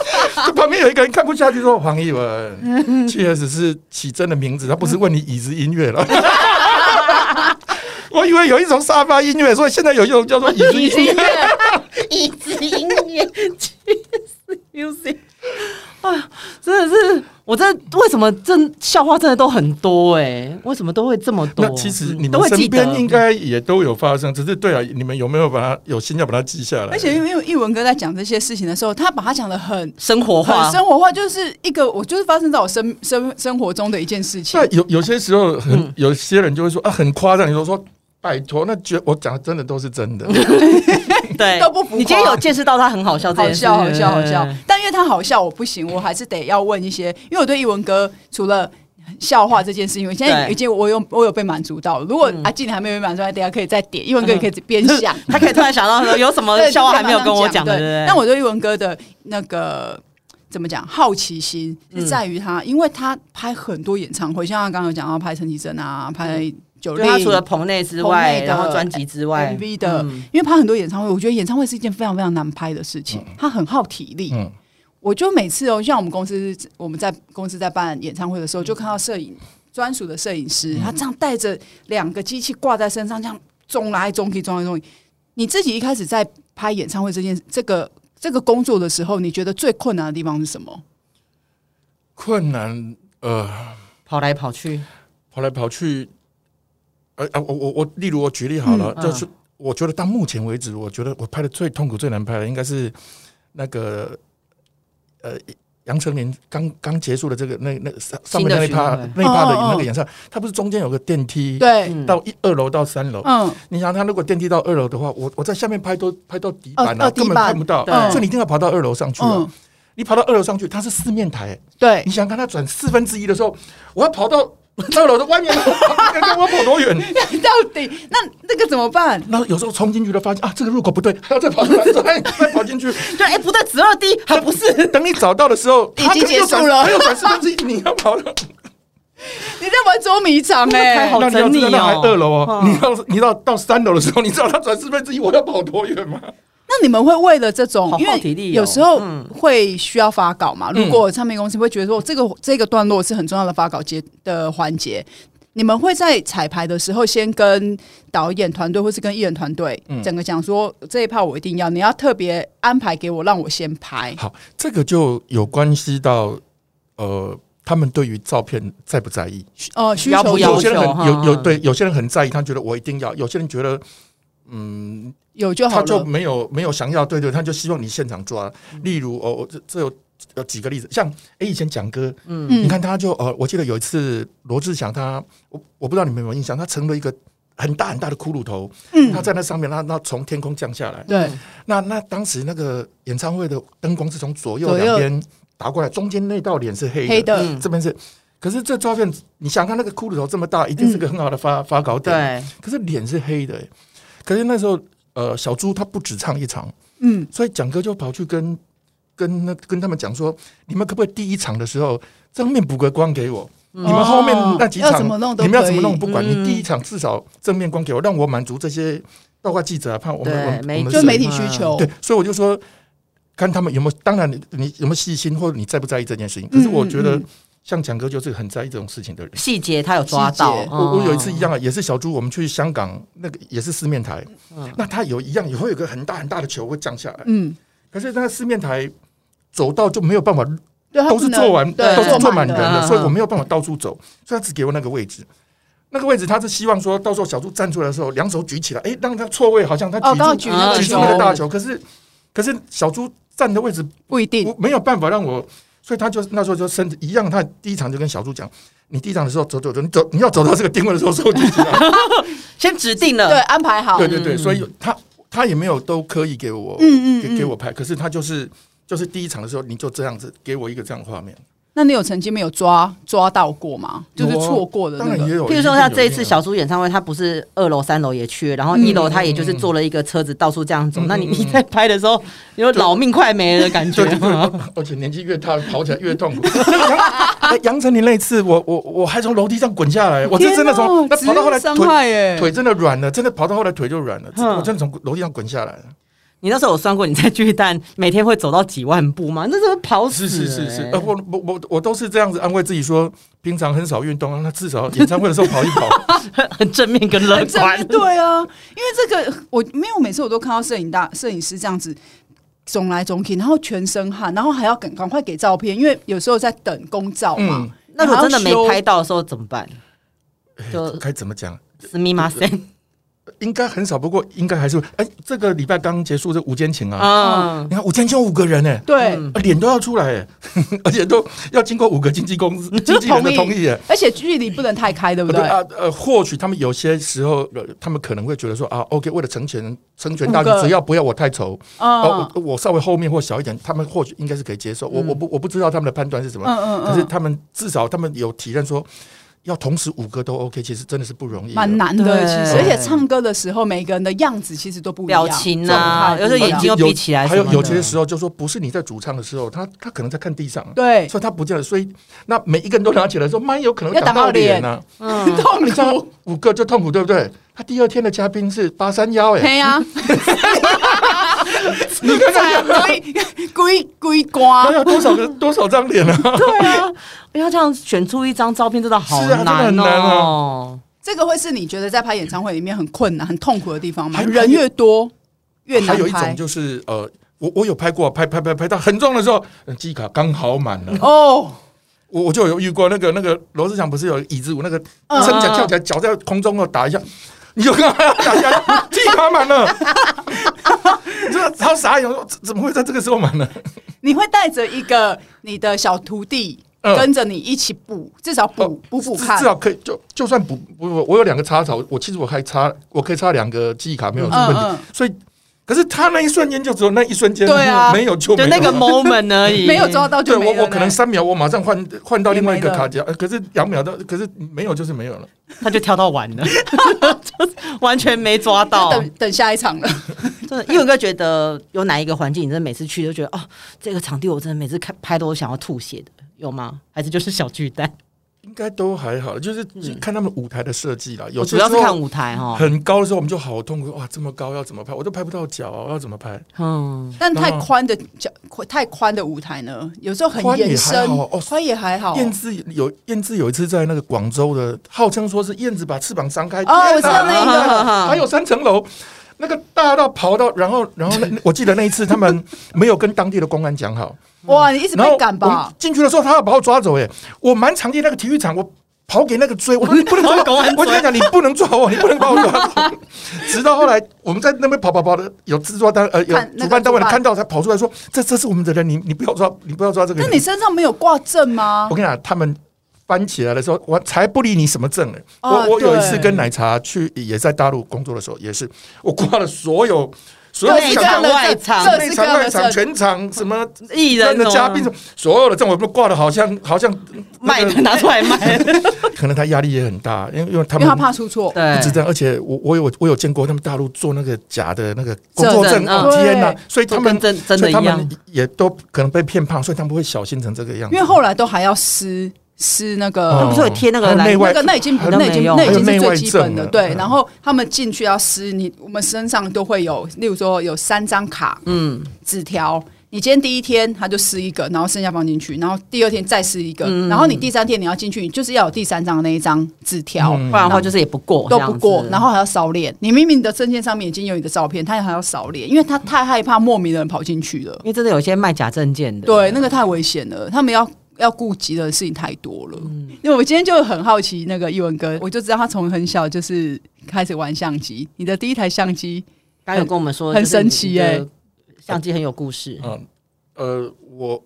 Speaker 3: 这旁边有一个人看不下去，说：“黄奕文，确实是起真的名字，他不是问你椅子音乐了。” 我以为有一种沙发音乐，所以现在有一种叫做椅子
Speaker 1: 椅子
Speaker 3: 音
Speaker 1: 嗯音
Speaker 3: 乐。
Speaker 1: 乐，椅子音乐，Cheers music。哎呀，真的是，我真的为什么真笑话真的都很多哎、为什么都会这么多
Speaker 3: 那？其实
Speaker 1: 嗯
Speaker 3: 你
Speaker 1: 都
Speaker 3: 们
Speaker 1: 会
Speaker 3: 身
Speaker 1: 记得嗯
Speaker 3: 边应该也都有发生，只是对啊，你们有没有把它有心要把它记下来？
Speaker 2: 而且因为一文哥在讲这些事情的时候，他把它讲的很
Speaker 1: 生活化
Speaker 2: 很，生活化，就是一个我就是发生在我生生生活中的一件事情
Speaker 3: 那。有有些时候很，
Speaker 1: 嗯
Speaker 3: 有些人就会说啊，很夸张。你就说拜托，那觉我讲的真的都 是真的。
Speaker 1: 对，
Speaker 2: 都不浮夸
Speaker 1: 你今天有见识到他很好笑这
Speaker 2: 好
Speaker 1: 件事，
Speaker 2: 笑，好笑，好笑
Speaker 1: 对！
Speaker 2: 但因为他好笑，我不行，我还是得要问一些，因为我对一文哥除了。笑话这件事情，我现在
Speaker 1: 对
Speaker 2: 已经我有我有被满足到了。如果
Speaker 1: 嗯
Speaker 2: 阿静还没有被满足到，大家可以再点。一文哥也可以边想，
Speaker 1: 他可以突然想到说有什么
Speaker 2: 对
Speaker 1: 笑话还没有跟我讲的，
Speaker 2: 对
Speaker 1: 对不对？
Speaker 2: 但我对玉文哥的那个怎么讲，好奇心
Speaker 1: 嗯
Speaker 2: 是在于他，因为他拍很多演唱会，像他刚刚有讲到拍陈绮贞啊，拍九
Speaker 1: 嗯就
Speaker 2: 令，
Speaker 1: 他除了棚内之
Speaker 2: 棚
Speaker 1: 外，
Speaker 2: 内的
Speaker 1: 然后专辑之外
Speaker 2: MV 的
Speaker 1: 嗯
Speaker 2: 因为拍很多演唱会，我觉得演唱会是一件非常非常难拍的事情，他很耗体力。
Speaker 3: 嗯，
Speaker 2: 我就每次哦，像我们公司我们在公司在办演唱会的
Speaker 3: 嗯
Speaker 2: 时候，就看到摄影专属的摄影师，他这样带着两个机器挂在身上，这样中来中去，中来中去。你自己一开始在拍演唱会这件这个这个工作的时候，你觉得最困难的地方是什么？
Speaker 3: 困难呃，
Speaker 1: 跑来跑去，
Speaker 3: 跑来跑去，呃啊，我我我，例如我举例好了，
Speaker 1: 嗯
Speaker 3: 就是我觉得到目前为止，我觉得我拍的最痛苦、最难拍的应该是那个呃。杨丞琳刚刚结束的这个那那上上面那一趴
Speaker 1: 新的巡
Speaker 3: 那一趴的
Speaker 2: 哦哦哦
Speaker 3: 那个演唱，它不是中间有个电梯
Speaker 2: 对，
Speaker 1: 嗯
Speaker 3: 到一二楼到三楼，
Speaker 2: 嗯，
Speaker 3: 你想他如果电梯到二楼的话，我我在下面拍都拍到底板
Speaker 2: 哦
Speaker 3: 啊，
Speaker 2: 到底板
Speaker 3: 根本看不到，
Speaker 1: 对
Speaker 3: 所以你一定要爬到二楼上去啊
Speaker 2: 嗯。
Speaker 3: 你爬到二楼上去，它是四面台，
Speaker 2: 对
Speaker 3: 你，想看它转四分之一的时候，我要跑到 二楼的外面，我要跑多远？
Speaker 2: 到底那那个怎么办？
Speaker 3: 然后有时候冲进去就发现啊，这个入口不对，还要再跑出来，再再跑进去。
Speaker 1: 对，哎，不对，只二 D 还不是，
Speaker 3: 等你找到的时候，
Speaker 2: 已经结束了
Speaker 3: 还有转四 分之一，你要跑 到
Speaker 2: 你在玩捉迷藏哎、
Speaker 1: 好
Speaker 3: 那你要
Speaker 1: 缜密
Speaker 3: 知道那还
Speaker 1: 哦
Speaker 3: 二楼哦，
Speaker 1: 嗯
Speaker 3: 你要你到到三楼的时候，你知道它转四分之一，我要跑多远吗？
Speaker 2: 那你们会为了这种
Speaker 1: 好，
Speaker 2: 因
Speaker 1: 耗体
Speaker 2: 为
Speaker 1: 力哦
Speaker 2: 有时候
Speaker 1: 嗯
Speaker 2: 会需要发稿嘛？
Speaker 3: 嗯
Speaker 2: 如果唱片公司会觉得说这个这个段落是很重要的发稿节的环节，你们会在彩排的时候先跟导演团队或是跟艺人团队
Speaker 3: 嗯
Speaker 2: 整个讲说这一趴我一定要，你要特别安排给我，让我先拍。
Speaker 3: 好，这个就有关系到呃，他们对于照片在不在意？
Speaker 2: 呃，需
Speaker 1: 要
Speaker 2: 求
Speaker 1: 不
Speaker 2: 有
Speaker 1: 要
Speaker 3: 有些人
Speaker 1: 求
Speaker 3: 很有有
Speaker 1: 哈
Speaker 3: 对，有些人很在意，他觉得我一定要；有些人觉得，嗯，
Speaker 2: 有就好
Speaker 3: 他就
Speaker 2: 了。嗯
Speaker 3: 没有没有想要，对对，他就希望你现场抓。例如哦，我这这有有几个例子，像哎、以前蒋哥，
Speaker 2: 嗯
Speaker 3: 你看他就呃，我记得有一次罗志祥他，我我不知道你们有没有印象，他成了一个很大很大的骷髅头，
Speaker 2: 嗯
Speaker 3: 他在那上面，他他从天空降下来，
Speaker 2: 对，
Speaker 3: 那那当时那个演唱会的灯光是从左右
Speaker 2: 左右
Speaker 3: 两边打过来，中间那道脸是黑的，
Speaker 2: 黑的，
Speaker 1: 嗯
Speaker 3: 这边是。可是这照片，你想看那个骷髅头这么大，一定是个
Speaker 2: 嗯
Speaker 3: 很好的发、发稿点。
Speaker 1: 对，
Speaker 3: 可是脸是黑的、欸可是那时候，呃，小猪他不止唱一场，
Speaker 2: 嗯，
Speaker 3: 所以蒋哥就跑去跟跟那跟他们讲说，你们可不可以第一场的时候正面补个光给我？你们后面那几场
Speaker 2: 哦要怎么哦弄都
Speaker 3: 你们要怎
Speaker 2: 可以
Speaker 3: 么弄不管，
Speaker 1: 嗯
Speaker 3: 你第一场至少正面光给我，让我满足这些包括记者啊，怕我们
Speaker 1: 对
Speaker 3: 我们
Speaker 1: 媒
Speaker 3: 我们
Speaker 2: 就
Speaker 3: 谁
Speaker 2: 媒体需求。
Speaker 3: 对，所以我就说，看他们有没有，当然你你有没有细心，或者你在不在意这件事情。可是我觉
Speaker 2: 嗯
Speaker 3: 得
Speaker 2: 嗯，
Speaker 3: 像蒋哥就是很在意这种事情的人。
Speaker 1: 细节他有抓到
Speaker 2: 细节。
Speaker 3: 我我有一次
Speaker 1: 嗯
Speaker 2: 哦
Speaker 3: 一样啊，也是小猪，我们去香港那个也是四面台
Speaker 1: 嗯，
Speaker 3: 那他有一样也会有个很大很大的球会降下来，
Speaker 2: 嗯，
Speaker 3: 可是那个四面台走到就没有办法
Speaker 2: 对，他
Speaker 3: 都
Speaker 2: 不
Speaker 3: 是
Speaker 2: 能
Speaker 3: 坐完，
Speaker 2: 对
Speaker 3: 都是坐满
Speaker 1: 嗯
Speaker 3: 人
Speaker 1: 嗯
Speaker 3: 的，
Speaker 1: 嗯
Speaker 3: 所以我没有办法到处走，所以他只给我那个位置。那个位置，他是希望说到时候小猪站出来的时候，两手举起来，诶，让他错位，好像他
Speaker 2: 哦，刚刚
Speaker 3: 举
Speaker 2: 举那
Speaker 1: 刚
Speaker 3: 住
Speaker 2: 个
Speaker 3: 举
Speaker 1: 举
Speaker 3: 住那个大
Speaker 2: 球
Speaker 3: 球。可是，可是小猪站的位置
Speaker 2: 不一定
Speaker 3: 我没有办法让我，所以他就那时候就身体一样，他第一场就跟小猪讲，你第一场的时候走走走，你走你要走到这个定位的时候手举起来，
Speaker 1: 先指定
Speaker 2: 对
Speaker 1: 了，
Speaker 2: 安排好，
Speaker 3: 对对对，所以他他也没有都刻意给我，
Speaker 2: 嗯嗯
Speaker 3: 给
Speaker 2: 嗯
Speaker 3: 给我拍，可是他就是就是第一场的时候你就这样子给我一个这样的画面，
Speaker 2: 那你有曾经没有抓抓到过吗？就是错过的
Speaker 3: 啊当
Speaker 2: 那
Speaker 3: 然也
Speaker 2: 个，
Speaker 3: 有，
Speaker 1: 譬如说，他这一次小猪演唱会，他不是二楼、三楼也去，然后一楼他也就是
Speaker 3: 嗯
Speaker 1: 坐了一个车子到处这样走。
Speaker 3: 嗯
Speaker 1: 那你
Speaker 3: 嗯
Speaker 1: 你在拍的时候，你有老命快没了的感觉哦
Speaker 3: 对对
Speaker 1: 吗？
Speaker 3: 对， 而且年纪越大，跑起来越痛苦。所以杨哎杨丞琳那一次，我我我还从楼梯上滚下来，我是真的从那
Speaker 2: 天
Speaker 3: 跑
Speaker 2: 哪
Speaker 3: 到后来
Speaker 2: 职业
Speaker 3: 腿
Speaker 2: 伤害欸耶，
Speaker 3: 腿真的软了，真的跑到后来腿就软了，
Speaker 1: 嗯
Speaker 3: 我真的从楼梯上滚下来了。
Speaker 1: 你那时候有算过你在巨蛋每天会走到几万步吗？那时候跑死
Speaker 3: 是
Speaker 1: 了
Speaker 3: 是是是，
Speaker 1: 欸
Speaker 3: 呃，我我我我都是这样子安慰自己说，平常很少运动，那至少演唱会的时候跑一跑。
Speaker 1: 很正面跟乐
Speaker 2: 很正面
Speaker 1: 观。
Speaker 2: 对啊，因为这个我没有每次我都看到摄影大摄影师这样子。肿来肿去，然后全身汗，然后还要赶赶快给照片，因为有时候在等公照嘛
Speaker 3: 嗯。
Speaker 1: 那如果真的
Speaker 2: 然后
Speaker 1: 没
Speaker 2: 修
Speaker 1: 拍，到的时候怎么办？就
Speaker 3: 该怎么讲？
Speaker 1: 斯密马森
Speaker 3: 应该很少，不过应该还是会。哎，这个礼拜刚结束这五间情啊，
Speaker 1: 啊，
Speaker 3: 你看五间情有五个人哎、
Speaker 2: 对，
Speaker 1: 嗯
Speaker 3: 啊脸都要出来、 哎而且都要经过五个经 纪公司、经纪人的同意、哎
Speaker 2: 而且距离不能太开，对不对？
Speaker 3: 啊，呃，或许他们有些时候，呃他们可能会觉得说啊，OK，为了成全成全大
Speaker 2: 五
Speaker 3: 局，
Speaker 2: 个
Speaker 3: 只要不要我太丑，
Speaker 2: 嗯
Speaker 3: 哦，我我稍微后面或小一点，他们或许应该是可以接受。我我不我不知道他们的判断是什么，
Speaker 2: 嗯嗯
Speaker 3: 可是
Speaker 2: 嗯，
Speaker 3: 他们至少他们有体认说，要同时五个都 OK，其实真的是不容易的。啊
Speaker 2: 蛮难的，
Speaker 1: 对
Speaker 2: 其实，而且唱歌的时候，每个人的样子其实都不一样，
Speaker 1: 表情
Speaker 2: 状
Speaker 1: 啊，
Speaker 2: 态
Speaker 1: 有时候眼睛又闭起来什
Speaker 3: 还
Speaker 1: 么
Speaker 3: 有
Speaker 1: 的，
Speaker 3: 有些时候就说不是你在主唱的时候，他他可能在看地上，啊
Speaker 2: 对，
Speaker 3: 所以他不见了。所以那每一个人都拿起来说，妈有可能
Speaker 2: 要
Speaker 3: 打
Speaker 2: 打
Speaker 3: 到
Speaker 2: 到
Speaker 3: 脸啊，
Speaker 1: 嗯，
Speaker 3: 痛你知道五个就痛苦对不对？他第二天的嘉宾是八三幺哎，
Speaker 2: 嘿呀， 你看看，鬼鬼
Speaker 3: 他
Speaker 2: 瓜，
Speaker 3: 要多少个多少张脸啊？
Speaker 1: 对啊，要这样选出一张照片真的好
Speaker 3: 是啊真的
Speaker 1: 难
Speaker 3: 很难
Speaker 1: 哦。
Speaker 2: 这个会是你觉得在拍演唱会里面很困难、很痛苦的地方吗？
Speaker 3: 还
Speaker 2: 人越多越
Speaker 3: 还
Speaker 2: 难
Speaker 3: 有一种
Speaker 2: 拍
Speaker 3: 就是呃，我我有拍过，拍拍拍拍到很重的时候，呃记忆卡刚好满了。
Speaker 2: 哦，
Speaker 3: 我我就有遇过那个那个罗志祥不是有椅子舞那个
Speaker 2: 嗯
Speaker 3: 撑起来跳起来，脚在空中哦打一下， 你就看他打下 来，地卡满了，你这超傻眼，说怎怎么会在这个时候满呢？
Speaker 2: 你会带着一个你的小徒弟
Speaker 3: 嗯
Speaker 2: 跟着你一起补，至少补补补
Speaker 3: 至
Speaker 2: 看
Speaker 3: 至，少可以就就算不不不，我有两个插槽，我其实我还插我可以插两个记忆卡没有
Speaker 2: 嗯
Speaker 3: 问题，
Speaker 2: 嗯，
Speaker 3: 所以可是他那一瞬间就只有那一瞬间，
Speaker 2: 对啊
Speaker 3: 没有就没
Speaker 1: 就
Speaker 3: 有
Speaker 1: 那个 moment 而已，
Speaker 2: 没有抓到
Speaker 3: 嗯对
Speaker 2: 就没
Speaker 3: 我
Speaker 2: 有了
Speaker 3: 我可能三秒我马上换换到另外一个
Speaker 2: 也没了
Speaker 3: 卡夹，呃可是两秒到，可是没有就是没有了。
Speaker 1: 他就跳到完了， 就是完全没抓
Speaker 2: 就
Speaker 1: 到。
Speaker 2: 等等下一场了。
Speaker 3: 嗯
Speaker 1: 真的，因为我哥觉得有哪一个环境，你真的每次去都觉得哦，这个场地我真的每次看拍都想要吐血的，有吗？还是就是小巨蛋？
Speaker 3: 应该都还好，就是看他们舞台的设计啦。有
Speaker 1: 我
Speaker 3: 些
Speaker 1: 主要是
Speaker 3: 时候
Speaker 1: 看舞台哈。
Speaker 3: 很高的时候，我们就好痛苦，哇，这么高要怎么拍？我都拍不到脚啊，我要怎么拍？
Speaker 1: 嗯，
Speaker 2: 但太宽的脚，太宽的舞台呢，有时候很
Speaker 3: 宽也
Speaker 2: 延伸
Speaker 3: 还好哦，
Speaker 2: 宽也还好。
Speaker 3: 燕子有燕子有一次在那个广州的，号称说是燕子把翅膀张开，
Speaker 2: 哦我知道
Speaker 3: 天
Speaker 2: 那个
Speaker 3: 哪
Speaker 1: 哈哈哈
Speaker 3: 还有三层楼。那个大到跑到，然后，然后那我记得那一次他们没有跟当地的公安讲好，
Speaker 2: 哇，你一直
Speaker 3: 然后
Speaker 2: 被
Speaker 3: 我
Speaker 2: 赶吧
Speaker 3: 们？进去的时候他要把我抓走，哎，我满场地那个体育场，我跑给那个追，我 说你不能抓
Speaker 1: 公安
Speaker 3: 我，我就跟他讲你不能抓我，你不能把我抓 走。直到后来我们在那边跑跑跑的，有制作单呃有
Speaker 2: 看那个
Speaker 3: 主办单位的
Speaker 2: 主办
Speaker 3: 看到才跑出来说，这这是我们的人，你你不要抓，你不要抓这个
Speaker 2: 那
Speaker 3: 人。
Speaker 2: 你身上没有挂证吗
Speaker 3: 我？跟你讲，他们翻起来的时候，我才不理你什么证呢、欸
Speaker 2: 哦
Speaker 3: 我我有一次
Speaker 2: 对
Speaker 3: 跟奶茶去，也在大陆工作的时候，也是我挂了所有所有
Speaker 1: 各式
Speaker 2: 各样
Speaker 1: 场
Speaker 2: 的证
Speaker 1: 外场
Speaker 2: 各
Speaker 3: 内
Speaker 2: 式各
Speaker 3: 场
Speaker 2: 样
Speaker 3: 外
Speaker 2: 的
Speaker 3: 场
Speaker 2: 证，
Speaker 3: 全场什么
Speaker 1: 艺人
Speaker 3: 的
Speaker 1: 哦
Speaker 3: 嘉宾，所有的证我都挂的，好像好像那
Speaker 1: 卖
Speaker 3: 个
Speaker 1: 的拿出来 卖，
Speaker 3: 可能他压力也很大，因为因为他
Speaker 2: 因为他
Speaker 3: 们
Speaker 2: 怕出错。
Speaker 3: 不止
Speaker 1: 对，
Speaker 3: 这样，而且我我有我有见过他们大陆做那个假的那个工作
Speaker 1: 证
Speaker 3: 证，
Speaker 1: 嗯
Speaker 3: 哦天哪
Speaker 2: 对！
Speaker 3: 所以他们
Speaker 1: 就跟真真
Speaker 3: 所
Speaker 1: 的
Speaker 3: 以
Speaker 1: 一
Speaker 3: 他
Speaker 1: 样
Speaker 3: 们。也都可能被骗胖，所以他们会小心成这个样子。哦
Speaker 2: 因为后来都还要撕撕那
Speaker 1: 他
Speaker 2: 个
Speaker 1: 不是有贴那个
Speaker 3: 还有内
Speaker 1: 来
Speaker 3: 外
Speaker 2: 那个，那已经
Speaker 1: 还有
Speaker 2: 那已经
Speaker 1: 内用
Speaker 2: 那已经
Speaker 3: 还
Speaker 2: 是
Speaker 3: 有内外
Speaker 2: 最基本的
Speaker 3: 证啊
Speaker 2: 对。
Speaker 3: 嗯
Speaker 2: 然后他们进去要撕你，我们身上都会有，例如说有三张卡
Speaker 1: 嗯，
Speaker 2: 纸条，你今天第一天他就撕一个，然后剩下放进去，然后第二天再撕一个，
Speaker 1: 嗯
Speaker 2: 然后你第三天你要进去，你就是要有第三张的那一张纸条。
Speaker 3: 嗯
Speaker 1: 不然的话就是也不过，
Speaker 2: 都不过，然
Speaker 1: 后
Speaker 2: 后还要扫脸。你明明你的证件上面已经有你的照片，他还要扫脸，因为他太害怕莫名的人跑进去了。
Speaker 1: 因为真的有一些卖假证件的，
Speaker 2: 对，那个太危险了，他们要要顾及的事情太多了。因为我今天就很好奇那个一文哥，我就知道他从很小就是开始玩相机。你的第一台相机，
Speaker 1: 刚刚有跟我们说
Speaker 2: 很
Speaker 1: 就是
Speaker 2: 神
Speaker 1: 你
Speaker 2: 奇
Speaker 1: 的
Speaker 2: 欸
Speaker 1: 相机很有故事，
Speaker 3: 嗯，呃，我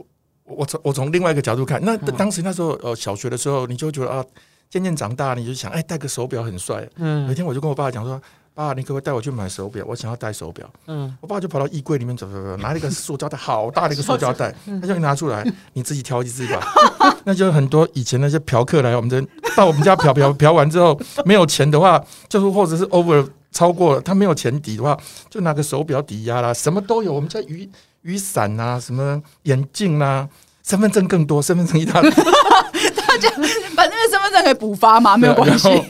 Speaker 3: 我从我从另外一个角度看，那
Speaker 1: 嗯
Speaker 3: 当时那时候呃小学的时候，你就会觉得啊，渐渐长大，你就想，哎，戴个手表很帅。有一
Speaker 1: 嗯
Speaker 3: 天我就跟我爸讲说，爸，你可不可以带我去买手表？我想要戴手表。
Speaker 1: 嗯，
Speaker 3: 我爸就跑到衣柜里面走走走，拿了一个塑胶袋，好大的一个塑胶袋，他就拿出来，你自己挑一只吧。 那就很多以前那些嫖客来我们这到我们家嫖嫖嫖完之后，没有钱的话，就是或者是 over 超过了，他没有钱抵的话，就拿个手表抵押啦，什么都有。我们家雨雨伞啊，什么眼镜啊，身份证更多，身份证一大堆。
Speaker 2: 反正身份证可以补发嘛，没有关系。
Speaker 3: 然后，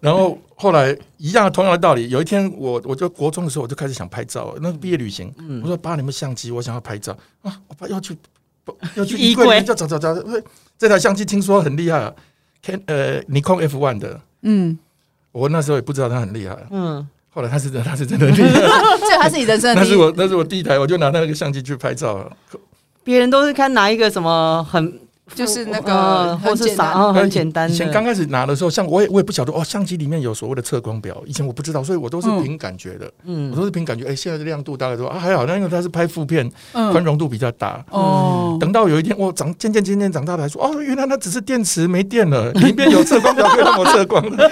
Speaker 3: 然后后来一样同样的道理，有一天我我就国中的时候我就开始想拍照，那个毕业旅行，我说爸，你们相机，我想要拍照啊，我爸要去不要去
Speaker 1: 衣
Speaker 3: 衣柜里
Speaker 1: 柜
Speaker 3: 面就找找找，喂这台相机听说很厉害啊，Can 呃尼康 F one 的，
Speaker 2: 嗯，
Speaker 3: 我那时候也不知道它很厉害，啊
Speaker 1: 嗯，
Speaker 3: 后来它是真的它是真的厉 害，
Speaker 2: 这还是你人生的
Speaker 3: 那
Speaker 2: 第
Speaker 3: 是
Speaker 2: 一。
Speaker 3: 我那是我第一台，我就拿那个相机去拍照了，
Speaker 1: 别人都是看拿一个什么很
Speaker 2: 就是那个
Speaker 1: 呃或
Speaker 2: 很
Speaker 1: 是
Speaker 2: 简单
Speaker 1: 啥嗯
Speaker 3: 呃
Speaker 1: 很简单
Speaker 3: 以前刚
Speaker 1: 的，
Speaker 3: 开始拿的时候，像我也我也不晓得哦，相机里面有所谓的测光表，以前我不知道，所以我都是
Speaker 2: 嗯
Speaker 3: 凭感觉的。我
Speaker 1: 嗯
Speaker 3: 都是凭感觉，哎、现在的亮度大概多少啊，还好，那因为它是拍负片，宽
Speaker 2: 嗯，
Speaker 3: 容度比较大。
Speaker 2: 哦，
Speaker 3: 等到有一天我长渐渐渐渐长大了，还说哦，原来那只是电池没电了， 里面有测光表可以让我测光的。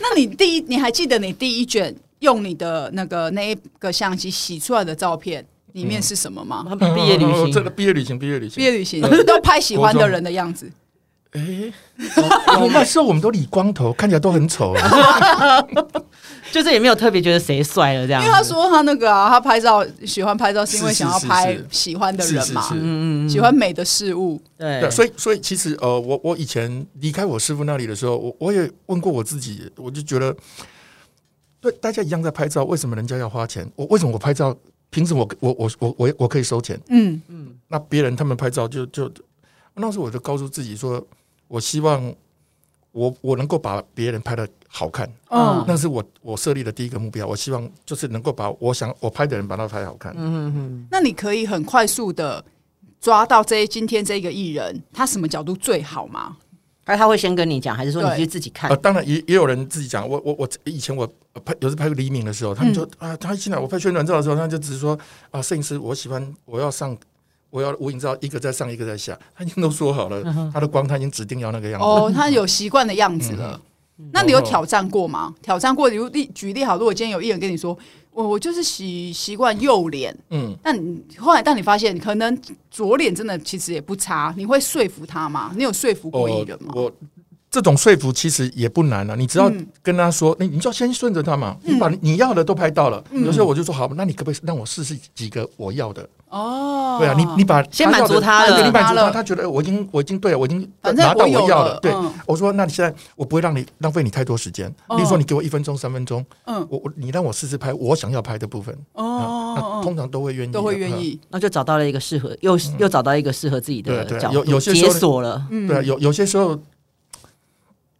Speaker 2: 那你第一，你还记得你第一卷用你的那个那一个相机洗出来的照片里面是什么
Speaker 3: 哦
Speaker 2: 吗？
Speaker 1: 毕业旅
Speaker 3: 真
Speaker 1: 行，
Speaker 3: 的毕业旅行，毕业旅
Speaker 2: 毕业
Speaker 3: 行。
Speaker 2: 旅 行都拍喜欢的人的样子，
Speaker 3: 哎、我哦那时候我们都理光头，看起来都很丑、啊。
Speaker 1: 就是也没有特别觉得谁帅了这样
Speaker 2: 因
Speaker 1: 子，
Speaker 2: 为他说他那个啊，他拍照喜欢拍照是因为
Speaker 3: 是是
Speaker 2: 想要
Speaker 3: 是
Speaker 2: 拍
Speaker 3: 是
Speaker 2: 喜欢的
Speaker 3: 是
Speaker 2: 人
Speaker 3: 是
Speaker 2: 嘛，
Speaker 3: 是，
Speaker 1: 嗯，嗯嗯，
Speaker 2: 喜欢美的事物。
Speaker 1: 对
Speaker 3: 对，，所以所以其实呃，我我以前离开我师傅那里的时候，我我也问过我自己，我就觉得，对，大家一样在拍照，为什么人家要花钱？我为什么我拍照，凭什么我我我我我我可以收钱？
Speaker 2: 嗯，
Speaker 3: 那别人他们拍照就就，那时候我就告诉自己说，我希望我我能够把别人拍的好看，
Speaker 1: 嗯
Speaker 2: 嗯，
Speaker 3: 那是我我设立的第一个目标。我希望就是能够把我想我拍的人把他拍好看。
Speaker 2: 那你可以很快速的抓到这今天这个艺人，他什么角度最好吗？
Speaker 1: 还是他会先跟你讲，还是说你
Speaker 2: 对
Speaker 1: 去自己看
Speaker 3: 呃，？当然也也有人自己讲，我我我以前我呃拍有时拍黎明的时候，他们就、啊，他一进来我拍宣传照的时候，他就只是说啊，摄影师我喜欢我要上。我要无影照，一个在上，一个在下，他已经都说好了，他的光他已经指定要那个样子。嗯
Speaker 2: 哦，他有习惯的样子了。那你有挑战过吗？挑战过，比如例举例好，如果今天有艺人跟你说，我我就是习习惯右脸，
Speaker 3: 嗯，
Speaker 2: 那你后来当你发现可能左脸真的其实也不差，你会说服他吗？你有说服过艺
Speaker 3: 我
Speaker 2: 人吗？
Speaker 3: 呃
Speaker 2: 嗯
Speaker 3: 我这种说服其实也不难了、啊你只要跟他说，你你就先顺着他嘛，你把你要的都拍到了。
Speaker 2: 嗯
Speaker 3: 有时候我就说好，那你可不可以让我试试几个我要的？
Speaker 2: 哦，
Speaker 3: 对啊，你你把
Speaker 1: 先满
Speaker 3: 要的
Speaker 1: 足他了
Speaker 3: 对你满
Speaker 2: 满足他
Speaker 3: 足他，
Speaker 2: 了
Speaker 3: 他觉得哎我已经我已经对了，我已经
Speaker 2: 反正
Speaker 3: 拿到
Speaker 2: 我有
Speaker 3: 我要
Speaker 2: 了
Speaker 3: 的。对
Speaker 2: 嗯，
Speaker 3: 我说那你现在我不会让你浪费你太多时间，
Speaker 2: 哦
Speaker 3: 例如说你给我一分钟、三分钟，
Speaker 2: 嗯
Speaker 3: 我我你让我试试拍我想要拍的部分，啊
Speaker 2: 哦
Speaker 3: 那
Speaker 2: 哦，
Speaker 3: 通常都会愿意的，
Speaker 2: 都会愿
Speaker 3: 嗯
Speaker 2: 意。
Speaker 1: 那就找到了一个适合，又又找到一个适合自己的
Speaker 3: 对对
Speaker 1: 角度，
Speaker 3: 有有些时
Speaker 1: 解
Speaker 3: 候
Speaker 1: 锁了，
Speaker 2: 嗯
Speaker 3: 对啊，有有些时候，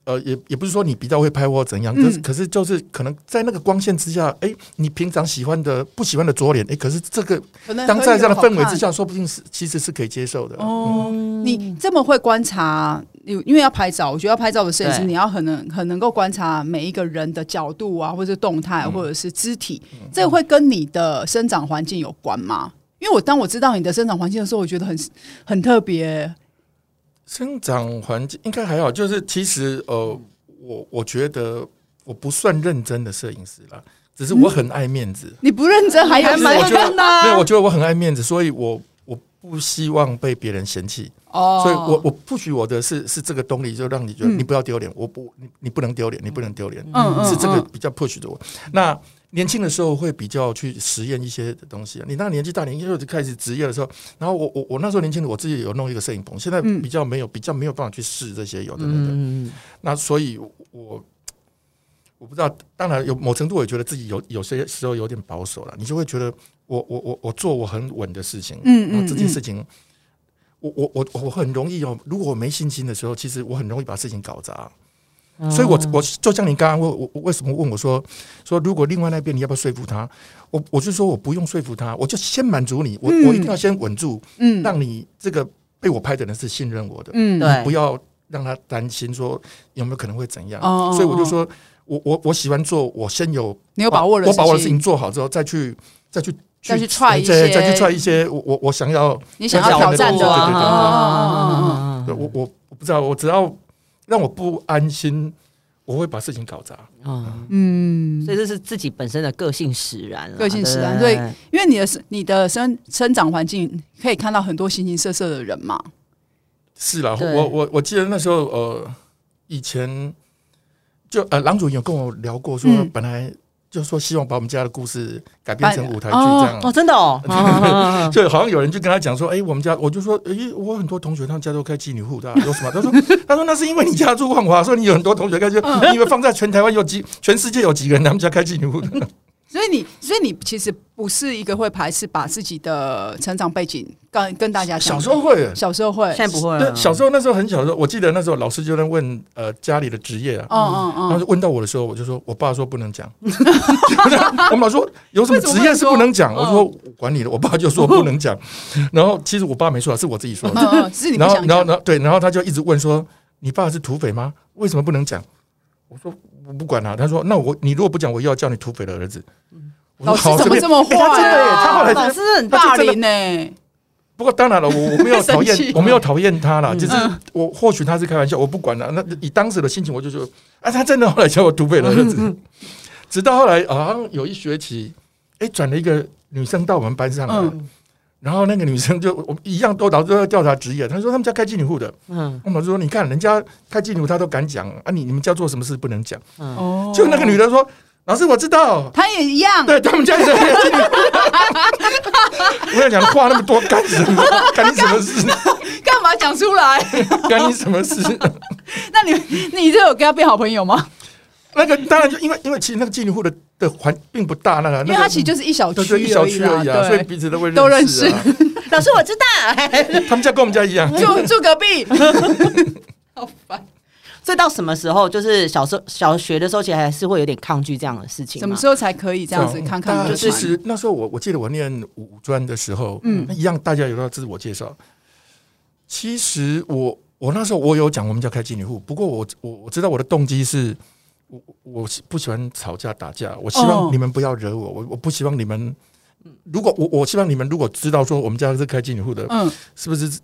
Speaker 3: 呃，也也不是说你比较会拍或怎样，可是、可是就是可能在那个光线之下，哎、你平常喜欢的不喜欢的左脸，哎、可是这个
Speaker 2: 可能
Speaker 3: 当在这样的氛围之
Speaker 2: 下。
Speaker 3: 下，说不定是其实是可以接受的。
Speaker 2: 哦，
Speaker 1: 嗯
Speaker 2: 你这么会观察，你因为要拍照，我觉得要拍照的摄影师，
Speaker 1: 对
Speaker 2: 你要很能很能够观察每一个人的角度啊，或者是动态，
Speaker 1: 嗯
Speaker 2: 或者是肢体，这个会跟你的生长环境有关吗？因为我当我知道你的生长环境的时候，我觉得很很特别。
Speaker 3: 生长环境应该还好，就是其实呃，我我觉得我不算认真的摄影师啦，只是我很爱面子。
Speaker 2: 你不 认真，还有
Speaker 1: 还蛮
Speaker 2: 谁
Speaker 3: 我觉得
Speaker 1: 真的啊
Speaker 3: 没有，我觉得我很爱面子，所以我我不希望被别人嫌弃。
Speaker 2: 哦，
Speaker 3: 所以我我不许我的是是这个动力，就让你觉得
Speaker 2: 嗯
Speaker 3: 你不要丢脸，我不你你不能丢脸，你不能丢脸，
Speaker 2: 嗯嗯
Speaker 3: 是这个
Speaker 2: 嗯
Speaker 3: 比较 push 的我。那年轻的时候会比较去实验一些东西，啊你那年纪大，你就开始职业的时候，然后我我我那时候年轻的我自己有弄一个摄影棚，现在
Speaker 2: 嗯
Speaker 3: 比较没有比较没有办法去试这些有的没的，
Speaker 1: 嗯，
Speaker 3: 那所以我。我不知道，当然有某程度，我也觉得自己有有些时候有点保守了，你就会觉得我我我我做我很稳的事情，
Speaker 2: 嗯
Speaker 3: 然后
Speaker 2: 嗯
Speaker 3: 这件
Speaker 2: 嗯
Speaker 3: 事情，我我我我很容易哦，如果我没信心的时候，其实我很容易把事情搞砸。所以
Speaker 2: 哦
Speaker 3: 我，我就像你刚刚问我，我为什么问我说说，如果另外那边你要不要说服他？我我就说我不用说服他，我就先满足你，我、我一定要先稳住，
Speaker 2: 嗯
Speaker 3: 让你这个被我拍的人是信任我的，
Speaker 2: 嗯，
Speaker 1: 对
Speaker 3: 不要让他担心说有没有可能会怎样。
Speaker 2: 哦哦
Speaker 3: 所以我就说，我我我喜欢做，我先有
Speaker 2: 你有把握了，
Speaker 3: 我把我的事情，做好之后，再去再去
Speaker 2: 再去 try 一
Speaker 3: 再
Speaker 2: 些
Speaker 3: 再去踹一些我我我想要，
Speaker 2: 你想要挑战的，啊
Speaker 3: 对对对对对
Speaker 2: 哦哦哦哦
Speaker 1: 啊
Speaker 3: 我我我不知道，我只要让我不安心，我会把事情搞砸。
Speaker 1: 啊！
Speaker 2: 嗯，
Speaker 1: 所以这是自己本身的个性使然啦，
Speaker 2: 个性使然
Speaker 1: 对不
Speaker 2: 因为你的生你的生生长环境可以看到很多形形色色的人嘛，
Speaker 3: 是啦，
Speaker 1: 对
Speaker 3: 我我我记得那时候呃，以前就呃，郎主有跟我聊过说，
Speaker 2: 嗯
Speaker 3: 本来就说希望把我们家的故事改编成舞台剧
Speaker 2: 哦
Speaker 3: 这样。
Speaker 1: 哦，真的 哦，啊啊啊啊
Speaker 3: 就好像有人就跟他讲说，哎、我们家，我就说，哎、我很多同学他们家都开妓女户的啊、有什么？他说， 他说那是因为你家住万华，所以你有很多同学开妓女户，你以为放在全台湾有几，全世界有几个人他们家开妓女户的？
Speaker 2: 所以你所以你其实不是一个会排斥把自己的成长背景跟跟大家讲
Speaker 3: 小
Speaker 2: 的
Speaker 3: 时候会，
Speaker 2: 小时候会，
Speaker 1: 现在不会
Speaker 3: 对，
Speaker 1: 了，
Speaker 3: 小时候那时候很小的时候，我记得那时候老师就在问呃家里的职业啊，
Speaker 2: 嗯嗯
Speaker 3: 然
Speaker 2: 嗯，
Speaker 3: 后问到我的时候，我就说我爸说不能 讲。我们老说有什么职业是不能讲？
Speaker 2: 为
Speaker 3: 我
Speaker 2: 什么
Speaker 3: 说管你的，我爸就 说不能讲。然后其实我爸没说，是我自己说的。
Speaker 2: 嗯嗯，只是你不
Speaker 3: 然后
Speaker 2: 想，
Speaker 3: 然后，
Speaker 2: 讲，
Speaker 3: 然后对，然后他就一直问说：“你爸是土匪吗？为什么不能讲？”我说：“我不管他、他说：“那我你如果不讲，我又要叫你土匪的儿子。”我说
Speaker 2: 嗯老师
Speaker 3: 好
Speaker 2: 怎么
Speaker 3: 随便
Speaker 2: 这么坏
Speaker 3: 哎他真的耶
Speaker 2: 啊
Speaker 3: 他后来
Speaker 1: 老
Speaker 3: 真的
Speaker 1: 师很大，
Speaker 2: 霸
Speaker 3: 他就真的
Speaker 2: 凌呢？
Speaker 3: 不过当然了，我我没有讨
Speaker 2: 生气
Speaker 3: 厌，我没有讨厌他啦，
Speaker 1: 嗯
Speaker 3: 就是我或许他是开玩笑，我不管了。那以当时的心情，我就说啊，他真的后来叫我土匪的儿
Speaker 2: 嗯
Speaker 3: 子。 直到后来好像有一学期，哎，转了一个女生到我们班上来，
Speaker 2: 嗯
Speaker 3: 然后那个女生就我们一样都老师都要调查职业，她说他们家开妓女户的，
Speaker 1: 嗯
Speaker 3: 我们老师说你看人家开妓女户他都敢讲啊，你你们家做什么事不能讲？
Speaker 1: 嗯，
Speaker 2: 哦嗯
Speaker 3: 就那个女的说，老师我知道，
Speaker 2: 他也一样，
Speaker 3: 对他们家也在开妓女户。我想讲话那么多干什么？干你什么事？
Speaker 2: 干嘛讲出来？
Speaker 3: 干你什么事？
Speaker 2: 那你你就有跟他变好朋友吗？
Speaker 3: 那个当然就因为因为其实那个妓女户的的环并不大，那个
Speaker 2: 因为他其实就是一小
Speaker 3: 那个就是
Speaker 2: 区
Speaker 3: 一小
Speaker 2: 而
Speaker 3: 区
Speaker 2: 已
Speaker 3: 而
Speaker 2: 啦，
Speaker 3: 已啊，所以
Speaker 2: 对，
Speaker 3: 彼此都会
Speaker 2: 都认
Speaker 3: 识啊。
Speaker 1: 老师我知道，
Speaker 3: 他们家跟我们家一样，
Speaker 2: 住住隔壁， 好烦。
Speaker 1: 所以到什么时候，就是小时候小学的时候，其实还是会有点抗拒这样的事情嘛。
Speaker 2: 什么时候才可以这样子看看
Speaker 3: 大
Speaker 2: 你的
Speaker 3: 其
Speaker 2: 船？
Speaker 3: 实嗯那时候我我记得我念五专的时候，嗯，一样大家有要自我介绍。其实我我那时候我有讲我们家开妓女户，不过我我我知道我的动机是。我我不喜欢吵架打架，我希
Speaker 2: 哦
Speaker 3: 望你们不要惹我，我我不希望你们。如果我我希望你们如果知道说我们家是开妓女户的，
Speaker 2: 嗯
Speaker 3: 是不是？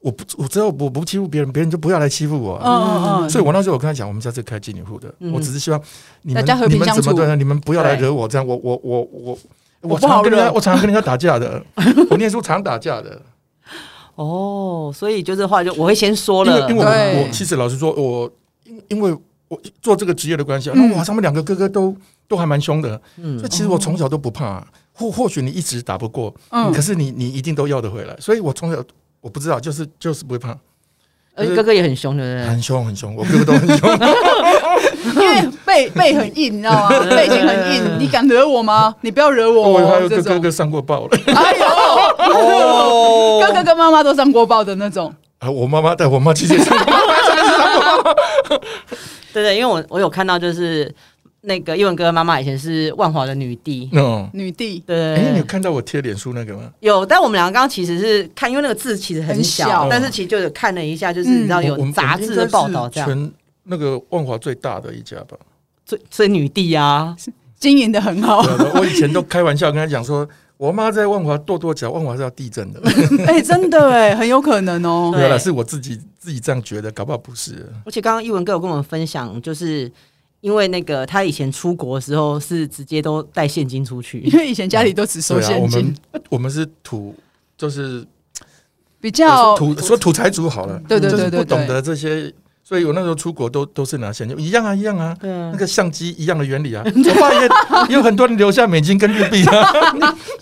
Speaker 3: 我不，我知道我不欺负别人，别人就不要来欺负我
Speaker 2: 嗯
Speaker 3: 啊、
Speaker 2: 嗯嗯，
Speaker 3: 所以我那时候我跟他讲，我们家是开妓女户的，
Speaker 1: 嗯
Speaker 3: 我只是希望你们
Speaker 2: 大家和平
Speaker 3: 你们
Speaker 2: 相
Speaker 3: 怎
Speaker 2: 处
Speaker 3: 么对呢？你们不要来
Speaker 1: 对
Speaker 3: 惹我，这样我我我我
Speaker 2: 我不
Speaker 3: 常
Speaker 2: 好
Speaker 3: 常跟人家
Speaker 2: 惹
Speaker 3: 我常常跟人家打架 的，我念书常打架的，
Speaker 1: 哦，所以就是后来就我会先说
Speaker 3: 因为
Speaker 1: 了，
Speaker 3: 因为
Speaker 2: 对
Speaker 3: 我我其实老实说，我因因为我做这个职业的关系啊，
Speaker 2: 嗯
Speaker 3: 那我他们两个哥哥都都还蛮凶的，所以
Speaker 1: 嗯
Speaker 3: 其实我从小都不怕、或或许你一直打不过，
Speaker 2: 嗯
Speaker 3: 可是你你一定都要得回来，所以我从小我不知道，就是就是不会怕，
Speaker 1: 而且哥哥也很凶，对不
Speaker 2: 嗯
Speaker 1: 对？
Speaker 3: 很凶很凶，我哥哥都很凶。
Speaker 2: 因为背背很硬，你知 道吗？背景很硬，你敢惹我吗？你不要惹我
Speaker 3: 我还
Speaker 2: 哦，
Speaker 3: 有
Speaker 2: 这
Speaker 3: 个哥
Speaker 2: 种。
Speaker 3: 哥上过报了，
Speaker 2: 哎 呦，
Speaker 1: 哦
Speaker 2: 哥哥跟妈妈都上过报的那种。
Speaker 3: 啊，我妈妈带我妈去上 过报，
Speaker 1: 对对，因为我我有看到就是那个叶文哥妈妈以前是万华的女帝，
Speaker 3: 嗯，
Speaker 2: 女帝，
Speaker 1: 对
Speaker 3: 哎，你有看到我贴脸书那个吗？
Speaker 1: 有，但我们两个刚刚其实是看，因为那个字其实
Speaker 2: 很
Speaker 1: 小，
Speaker 2: 小
Speaker 1: 但是其实就有看了一下，就是
Speaker 2: 嗯
Speaker 1: 你知啊道有
Speaker 3: 我们
Speaker 1: 杂志的报道这样，
Speaker 3: 我们应该是全那个万华最大的一家吧。
Speaker 1: 所以所以女帝啊，
Speaker 2: 经营的很 好
Speaker 3: 对。啊我以前都开玩笑跟他讲说，我妈在万华跺跺脚，万华是要地震 的。
Speaker 2: 哎，真的哎，很有可能哦。
Speaker 1: 对
Speaker 3: 原来是我自己自己这样觉得，搞不好不是。
Speaker 1: 而且刚刚一文哥有跟我们分享，就是因为那个他以前出国的时候是直接都带现金出去
Speaker 2: 因，为以前家里都只收
Speaker 3: 对啊，
Speaker 2: 现
Speaker 3: 我
Speaker 2: 金
Speaker 3: 们，我们是土，就是
Speaker 2: 比较
Speaker 3: 土说土财主好了，
Speaker 2: 对对对
Speaker 3: 就是
Speaker 2: 对
Speaker 3: 不懂
Speaker 2: 对
Speaker 3: 得这些。所以我那时候出国都都是拿现金，一样啊，一样啊，
Speaker 1: 对啊
Speaker 3: 那个相机一样的原理啊。我 发现也有很多人留下美金跟日币啊，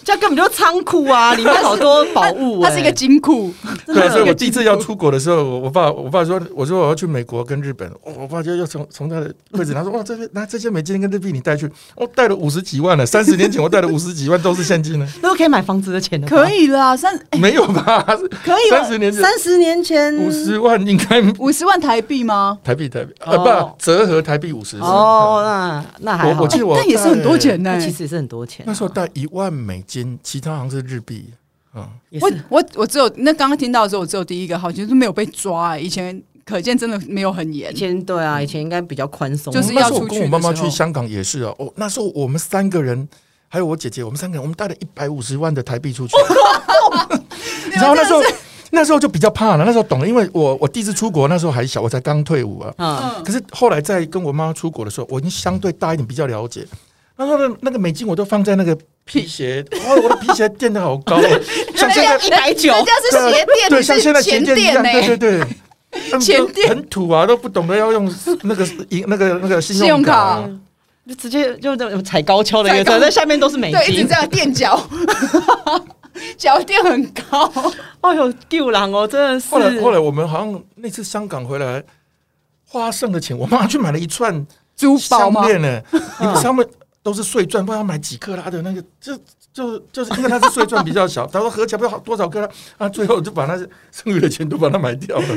Speaker 1: 这根本就是仓库啊，里面好多宝物、欸。
Speaker 2: 它是一
Speaker 3: 哎
Speaker 2: 个金库，
Speaker 3: 对啊，所以我第一次要出国的时候，我我爸我爸说，我说我要去美国跟日本，哦、我爸就要从从他的柜子拿说，哇，这边拿这些美金跟日币你带去，我、带了五十 几万了，三十年前我带了五十几万都是现金呢，
Speaker 1: 那都可以买房子的钱了吧。
Speaker 2: 可以啦，三
Speaker 1: 哎
Speaker 3: 没有吧？
Speaker 2: 可以
Speaker 3: 三
Speaker 2: 了，
Speaker 3: 十年前
Speaker 1: 啊三十年前
Speaker 3: 五十万应该
Speaker 2: 五十万台币吗？
Speaker 3: 台币台币，呃，
Speaker 1: 哦
Speaker 3: 不，折合台币五十。
Speaker 1: 哦，那那还好。
Speaker 3: 我我记得我哎
Speaker 2: 但也是很多钱呢
Speaker 1: 那。其实也是很多钱、
Speaker 3: 那时候带一万美金，其他好像是日币。嗯，
Speaker 1: 也
Speaker 2: 我
Speaker 1: 是
Speaker 2: 我我只有那刚刚听到的时候，我只有第一个好奇，就是没有被抓、欸。以前可见真的没有很严
Speaker 1: 以，前对啊，以前应该比较宽松，
Speaker 2: 就是
Speaker 3: 嗯那
Speaker 2: 要
Speaker 3: 时候我
Speaker 2: 出去
Speaker 3: 跟我
Speaker 2: 的
Speaker 3: 妈妈
Speaker 2: 时
Speaker 3: 去
Speaker 2: 候
Speaker 3: 香港也是啊。哦，那时候我们三个人，还有我姐姐，我们三个人，我们带了一百五十万的台 币出去。 然后那时候，那时候就比较怕了。那时候懂了，因为我我第一次出国，那时候还小，我才刚退伍啊。
Speaker 1: 嗯，
Speaker 3: 可是后来在跟我妈出国的时候，我已经相对大一点，比较了解。那时候的那个美金我都放在那个 皮鞋，哇，我的皮鞋垫的好高、哦，像现在
Speaker 1: 一百 九
Speaker 4: 人家是鞋垫，
Speaker 3: 对，
Speaker 4: 你
Speaker 3: 像
Speaker 4: 是
Speaker 3: 现在
Speaker 4: 前
Speaker 3: 前店一样，
Speaker 4: 呢、
Speaker 3: 对对对。他
Speaker 2: 欸
Speaker 3: 们
Speaker 2: 前
Speaker 3: 都
Speaker 2: 店
Speaker 3: 很土啊，都不懂得要用那个银那个那个信用卡啊、
Speaker 2: 信
Speaker 1: 就直接就就踩高跷的一
Speaker 4: 踩
Speaker 1: 个，
Speaker 4: 高
Speaker 1: 对在下面都是美
Speaker 4: 对，一直
Speaker 1: 金
Speaker 4: 这。样垫脚，
Speaker 2: 脚垫很高，
Speaker 1: 哎呦，救狼哦，真的是。
Speaker 3: 后来后来我们好像那次香港回来，花剩的钱，我妈去买了一串
Speaker 2: 珠宝
Speaker 3: 项
Speaker 2: 吗？
Speaker 3: 链呢，你们上面都是碎钻，不然要买几克拉的那个，就就就是因为它是碎钻比较小，她说合起来不知道好多少克拉，啊，最后就把那剩余的钱都把它买掉了。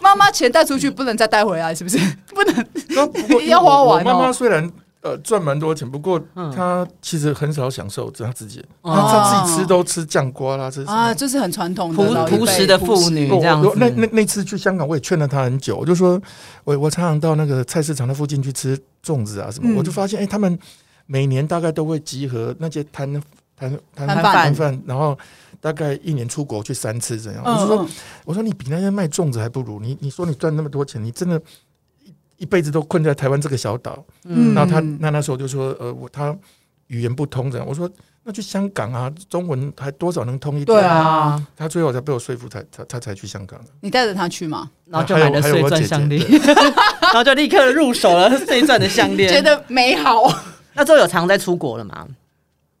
Speaker 2: 妈妈钱带出去不能再带回来，是不是？ 不能
Speaker 3: 那不过
Speaker 2: 要花完哦
Speaker 3: 我妈妈虽然呃赚蛮多钱，不过
Speaker 1: 嗯
Speaker 3: 她其实很少享受她自己，她
Speaker 1: 哦
Speaker 3: 她自己吃都吃酱瓜啦，吃什么
Speaker 2: 啊，就是很传统的
Speaker 1: 朴
Speaker 2: 老一辈
Speaker 1: 朴实的妇女
Speaker 3: 我
Speaker 1: 这样子
Speaker 3: 我。那那那次去香港，我也劝了她很久，我就说，我我常常到那个菜市场的附近去吃粽子啊什么，
Speaker 2: 嗯
Speaker 3: 我就发现，哎、他们每年大概都会集合那些摊摊摊
Speaker 2: 摊
Speaker 1: 贩
Speaker 3: 摊贩，然后大概一年出国去三次这样。
Speaker 2: 嗯
Speaker 3: 我就说
Speaker 2: 嗯，
Speaker 3: 我说你比那些卖粽子还不如，你你说你赚那么多钱，你真的一一辈子都困在台湾这个小岛。
Speaker 2: 嗯
Speaker 3: 然后他那那时候就说，呃，我他语言不通这样，我说。那去香港啊，中文还多少能通一点？
Speaker 2: 对啊，
Speaker 3: 他最后才被我说服才，他他才去香港的。
Speaker 2: 你带着他去吗？
Speaker 1: 然后就买了碎钻项链， 然后就立刻入手了 碎钻的项链。
Speaker 4: 觉得美 好。
Speaker 1: 那之后有常在出国了吗？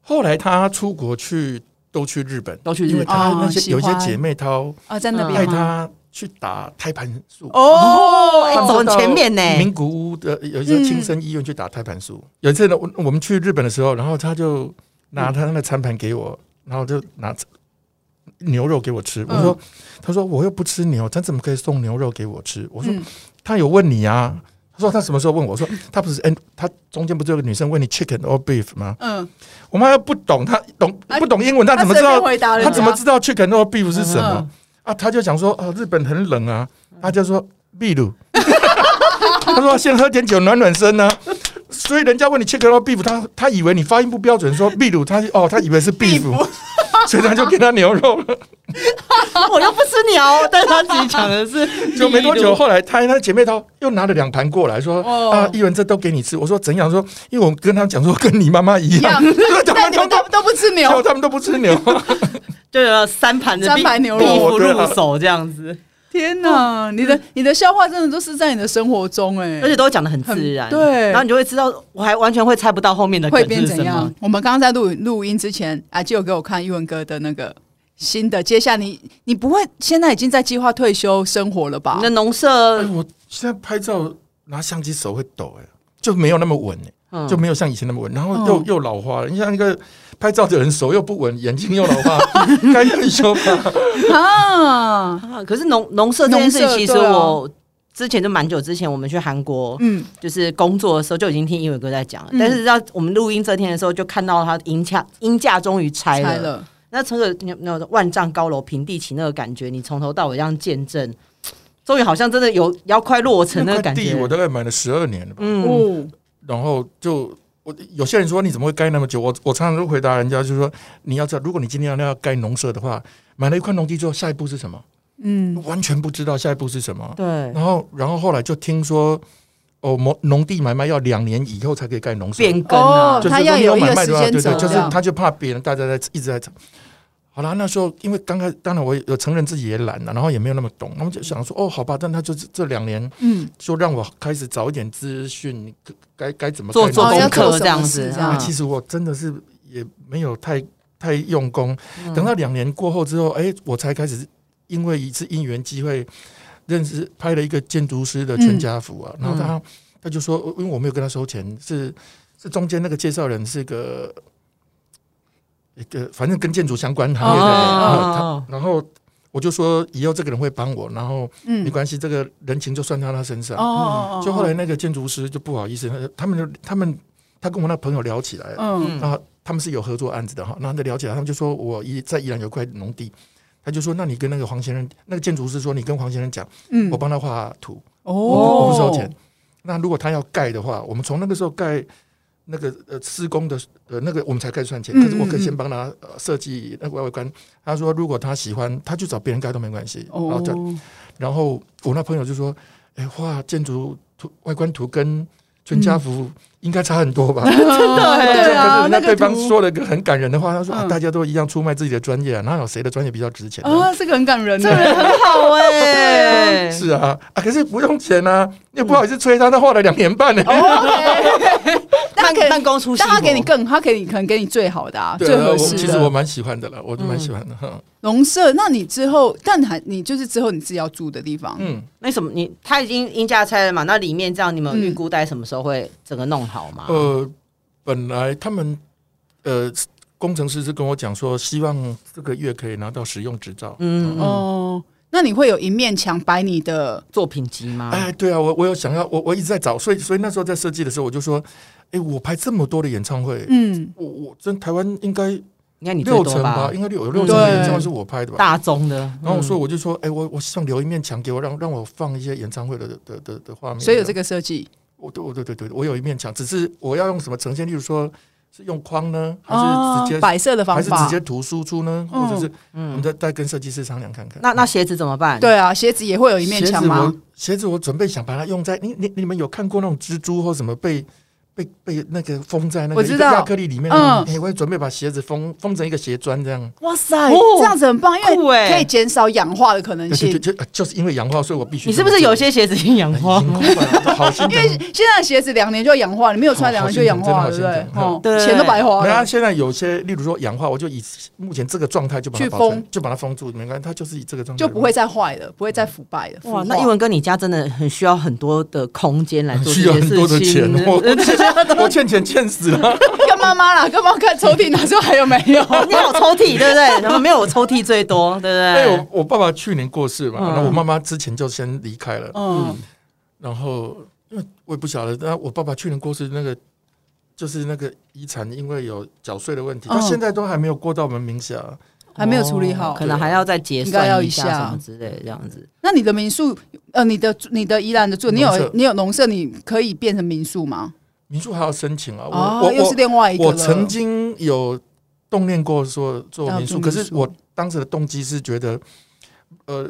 Speaker 3: 后来他出国去都去日本，
Speaker 1: 都去日
Speaker 3: 因为
Speaker 1: 本
Speaker 3: 他
Speaker 2: 哦
Speaker 3: 那些
Speaker 2: 喜
Speaker 3: 有
Speaker 2: 欢
Speaker 3: 一些姐妹，她
Speaker 2: 啊，在那
Speaker 1: 嗯
Speaker 3: 带
Speaker 2: 边吗？
Speaker 3: 他去打胎盘素。
Speaker 2: 哦，
Speaker 1: 哎走很前面呢
Speaker 3: 名古屋的呃有一些亲生医院去打胎盘素。有一次呢，我我们去日本的时候，然后他就拿他那个餐盘给我，然后就拿牛肉给我吃。我
Speaker 1: 嗯
Speaker 3: 说，他说我又不吃牛，他怎么可以送牛肉给我吃？我说
Speaker 2: 嗯
Speaker 3: 他有问你啊。他说他什么时候问我？我说他不是，嗯，他中间不是有个女生问你 chicken or beef 吗？
Speaker 2: 嗯，
Speaker 3: 我妈又不懂，她懂
Speaker 2: 啊
Speaker 3: 不懂英文，她怎么知
Speaker 2: 随便
Speaker 3: 道？
Speaker 2: 回答人家
Speaker 3: 她怎么知道 chicken or beef 是什么
Speaker 2: 嗯？
Speaker 3: 啊，她就想说，哦，日本很冷啊，她就说秘鲁。 她说先喝点酒暖暖身呢、啊所以人家问你 chicken or beef，她她以为你发音不标准，说秘鲁，她哦，她以为是 beef，所以她就给她牛肉了。
Speaker 1: 我又不吃鸟，但是他自己讲的是，
Speaker 3: 就没多久，后来她她姐妹淘又拿了两盘过来说，
Speaker 2: 哦
Speaker 3: 啊，一文这都给你吃。我说怎样？说因为我跟她讲说跟你妈妈一
Speaker 2: 一样
Speaker 3: 样，就是 他
Speaker 2: 但
Speaker 3: 们
Speaker 2: 你
Speaker 3: 都
Speaker 2: 们都都不吃牛
Speaker 3: 就，他们都不吃牛。
Speaker 1: 就有三盘的
Speaker 2: 三盘牛肉哦啊
Speaker 1: 壁虎入手这样子，
Speaker 2: 天哪！你的你的笑话真的都是在你的生活中哎，
Speaker 1: 而且都讲的很自然，
Speaker 2: 很对
Speaker 1: 然后你就会知道，我还完全会猜不到后面的梗
Speaker 2: 会变
Speaker 1: 是
Speaker 2: 怎
Speaker 1: 什么
Speaker 2: 样。？我们刚刚在录录音之前，阿基有给我看玉文哥的那个新的，接下你你不会现在已经在计划退休生活了吧
Speaker 1: 你的？农舍
Speaker 3: 哎，我现在拍照拿相机手会抖、哎，就没有那么稳、哎，
Speaker 1: 嗯
Speaker 3: 就没有像以前那么稳，然后又、
Speaker 2: 嗯
Speaker 3: 又老花了。你像一个拍照的人，手又不稳，眼睛又老 花，该退 休吧？
Speaker 2: 啊，
Speaker 1: 啊，可是农农舍这件事情，
Speaker 2: 农舍
Speaker 1: 其实
Speaker 2: 对啊
Speaker 1: 我之前就蛮久之前，我们去韩国
Speaker 2: 嗯，
Speaker 1: 就是工作的时候就已经听英文歌在讲了，
Speaker 2: 嗯
Speaker 1: 但是到我们录音这天的时候，就看到他音架音架终于拆
Speaker 2: 猜
Speaker 1: 了。
Speaker 2: 了，
Speaker 1: 那从个那那万丈高楼平地起那个感觉，你从头到尾这样见证，终于好像真的有要快落成那个
Speaker 3: 块
Speaker 1: 感
Speaker 3: 地
Speaker 1: 觉
Speaker 3: 我。大概买了十二年了吧，
Speaker 1: 嗯，
Speaker 2: 哦，
Speaker 3: 然后就。我有些人说你怎么会盖那么久？我我常常都回答人家，就是说你要知道，如果你今天要要盖农舍的话，买了一块农地之后，下一步是什么？
Speaker 2: 嗯，
Speaker 3: 完全不知道下一步是什么。
Speaker 1: 对，
Speaker 2: 哦
Speaker 3: 然后，然后后来就听说，哦，农农地买卖要两年以后才可以盖农舍，
Speaker 1: 变更啊
Speaker 2: 哦
Speaker 3: 就，是
Speaker 2: 他要
Speaker 3: 说你
Speaker 2: 有一
Speaker 3: 买
Speaker 2: 个
Speaker 3: 卖
Speaker 2: 时
Speaker 3: 的话
Speaker 2: 间
Speaker 3: 对
Speaker 2: 轴
Speaker 3: 对，就是
Speaker 2: 这样
Speaker 3: 他就怕别人大家在一直在吵。好啦，那时候因为刚开，当然我有承认自己也懒啊了，然后也没有那么懂，那么就想说，哦，好吧，但他就是这两年
Speaker 2: 嗯，
Speaker 3: 就让我开始找一点资讯，该该怎么
Speaker 1: 做
Speaker 3: 该
Speaker 1: 做
Speaker 2: 哦
Speaker 1: 功
Speaker 2: 要做
Speaker 1: 课
Speaker 2: 什
Speaker 1: 这样
Speaker 2: 么
Speaker 1: 子
Speaker 2: 事，这
Speaker 3: 那
Speaker 2: 样
Speaker 1: 嗯
Speaker 3: 其实我真的是也没有太太用功，
Speaker 1: 嗯
Speaker 3: 等到两年过后之后，哎、我才开始因为一次因缘机会认识拍了一个建筑师的
Speaker 1: 嗯
Speaker 3: 全家福啊，然后他他就说，因为我没有跟他收钱，是是中间那个介绍人是个一个反正跟建筑相关行业的人，
Speaker 1: 哦
Speaker 3: 然后他然后我就说以后这个人会帮我，然后
Speaker 2: 嗯
Speaker 3: 没关系，这个人情就算到他身上。
Speaker 2: 哦
Speaker 1: 嗯
Speaker 2: 哦哦，
Speaker 3: 就后来那个建筑师就不好意思，他他们就他们他跟我那朋友聊起来，
Speaker 2: 嗯
Speaker 1: 嗯
Speaker 3: 那他们是有合作案子的哈，那就聊起来，他们就说我宜在宜兰有块农地，他就说那你跟那个黄先生，那个建筑师说你跟黄先生讲，
Speaker 2: 嗯
Speaker 3: 我帮他画图，
Speaker 2: 哦，
Speaker 3: 我不收钱。那如果他要盖的话，我们从那个时候盖那个呃施工的呃那个我们才开始算钱，
Speaker 2: 嗯
Speaker 3: 可是我可以
Speaker 2: 嗯
Speaker 3: 先帮他呃设计那个外观。他说如果他喜欢，他就找别人盖都没关系。然后就
Speaker 2: 哦，
Speaker 3: 然后我那朋友就说：“哎，画建筑图外观图跟全家福应该差很多吧？”
Speaker 1: 真的
Speaker 2: 嗯 对
Speaker 1: 欸
Speaker 2: 啊
Speaker 3: 可是那
Speaker 2: 那个
Speaker 3: 对方
Speaker 2: 图
Speaker 3: 说了一个很感人的话，他说：“啊，
Speaker 2: 嗯
Speaker 3: 大家都一样出卖自己的专业啊，哪有谁的专业比较值钱呢？”
Speaker 2: 啊，这个很感人呢，
Speaker 1: 很好
Speaker 2: 嗯
Speaker 1: 哎，
Speaker 3: 是啊，啊，可是不用钱啊，你也不好意思催他，他画了两年半
Speaker 2: 哦
Speaker 3: 呢。
Speaker 2: 但
Speaker 1: 慢
Speaker 2: 给
Speaker 1: 慢工出细
Speaker 2: 但
Speaker 1: 活，
Speaker 2: 他给你更，他给你可能给你最好的啊，
Speaker 3: 对
Speaker 2: 最
Speaker 3: 啊，我
Speaker 2: 合适的。
Speaker 3: 其实我蛮喜欢的了，我就蛮喜欢的。哼
Speaker 2: 农舍，那你之后，但还你就是之后你自己要住的地方，
Speaker 3: 嗯，
Speaker 1: 那什么你他已经阴价拆了嘛？那里面这样你们有预
Speaker 2: 嗯
Speaker 1: 估大概什么时候会整个弄好吗？
Speaker 3: 呃，本来他们呃工程师是跟我讲说，希望这个月可以拿到使用执照。
Speaker 1: 嗯嗯，
Speaker 2: 哦，那你会有一面墙摆你的，
Speaker 1: 作品集吗？
Speaker 3: 哎，对啊，我我有想要，我我一直在找，所以所以那时候在设计的时候，我就说，哎，我拍这么多的演唱会，
Speaker 2: 嗯，
Speaker 3: 我我真台湾应该
Speaker 1: 应该你最
Speaker 3: 六
Speaker 1: 多
Speaker 3: 成
Speaker 1: 吧
Speaker 3: 吧，？应该六有六成的
Speaker 2: 对
Speaker 3: 演唱会是我拍的吧。
Speaker 1: 大宗的，
Speaker 3: 然后我说，
Speaker 1: 嗯
Speaker 3: 我就说，哎，我我希望留一面墙给我，让让我放一些演唱会的的的的画面。
Speaker 2: 所以有这
Speaker 3: 个，
Speaker 2: 个设计，
Speaker 3: 我对我对对对，我有一面墙，只是我要用什么呈现，例如说是用框呢，还
Speaker 2: 哦
Speaker 3: 是直接
Speaker 2: 摆设的方
Speaker 3: 还是
Speaker 2: 法
Speaker 3: 直，接图输出呢，
Speaker 2: 嗯
Speaker 3: 或者是我们再再跟设计师商量看看。
Speaker 1: 那那鞋子怎么办？
Speaker 2: 对啊，鞋子也会有一面
Speaker 3: 鞋子
Speaker 2: 墙
Speaker 3: 我
Speaker 2: 吗？
Speaker 3: 鞋子我准备想把它用在你你你们有看过那种蜘蛛或什么被被被那个封在那个
Speaker 2: 我知道
Speaker 3: 一个亚克力里面？
Speaker 2: 嗯
Speaker 3: 嗯，哎，我准备把鞋子封封成一个鞋砖这样。
Speaker 2: 哇塞，
Speaker 1: 哦
Speaker 2: 哎这样子很棒，因
Speaker 1: 酷
Speaker 2: 为
Speaker 1: 欸
Speaker 2: 可以减少氧化的可能
Speaker 3: 对
Speaker 2: 性
Speaker 3: 对。对，就就是因为氧化，所以我必须。
Speaker 1: 你是不是有些鞋子已经氧
Speaker 3: 哎
Speaker 1: 化
Speaker 3: 已？经空白了好心
Speaker 2: 因为
Speaker 3: 疼？
Speaker 2: 现在的鞋子两年就氧化，你没有穿两年就氧化了，对不
Speaker 3: 好
Speaker 2: 对
Speaker 3: 好？
Speaker 2: 哦
Speaker 3: 好，
Speaker 1: 对
Speaker 2: 钱都白花
Speaker 3: 然后
Speaker 2: 了。
Speaker 3: 啊现在有些，例如说氧化，我就以目前这个状态就把它
Speaker 2: 去
Speaker 3: 保存
Speaker 2: 封，
Speaker 3: 就把它封住，没关系，它就是以这个状态
Speaker 2: 就不会再坏了，不会再腐败了。
Speaker 1: 啊哇，
Speaker 2: 腐化
Speaker 1: 那英文哥你家真的很需要很多的空间来做
Speaker 3: 需
Speaker 1: 这
Speaker 3: 要
Speaker 1: 件
Speaker 3: 很多的
Speaker 1: 事情。
Speaker 3: 钱，我我欠钱欠死了。
Speaker 2: 干妈妈啦，干妈看抽屉哪时候还有没有？
Speaker 1: 哦你有抽屉对不对？然后没有我抽屉最多，对
Speaker 2: 嗯
Speaker 3: 哎，
Speaker 1: 不对
Speaker 3: 我？我爸爸去年过世嘛，
Speaker 1: 嗯
Speaker 3: 然后我妈妈之前就先离开了，
Speaker 2: 嗯，
Speaker 3: 然后因为我也不晓得，那我爸爸去年过世，那个就是那个遗产，因为有缴税的问题，
Speaker 2: 嗯
Speaker 3: 到现在都还没有过到我们名下。
Speaker 2: 还没有处理
Speaker 1: 哦
Speaker 2: 好
Speaker 1: 可。能还要再结
Speaker 2: 应该要
Speaker 1: 算
Speaker 2: 一
Speaker 1: 下
Speaker 2: 下
Speaker 1: 什么之类的，这样子。
Speaker 2: 那你的民宿，呃，你的你的宜兰的住，你
Speaker 3: 农
Speaker 2: 有
Speaker 3: 舍
Speaker 2: 你有农舍，你可以变成民宿吗？
Speaker 3: 民宿还要申请啊，我、
Speaker 2: 啊，
Speaker 3: 我
Speaker 2: 又是
Speaker 3: 我
Speaker 2: 另外一个了。
Speaker 3: 我曾经有动念过说做
Speaker 2: 要
Speaker 3: 民宿，
Speaker 2: 做
Speaker 3: 可
Speaker 2: 民
Speaker 3: 是
Speaker 2: 宿
Speaker 3: 我当时的动机是觉得，呃，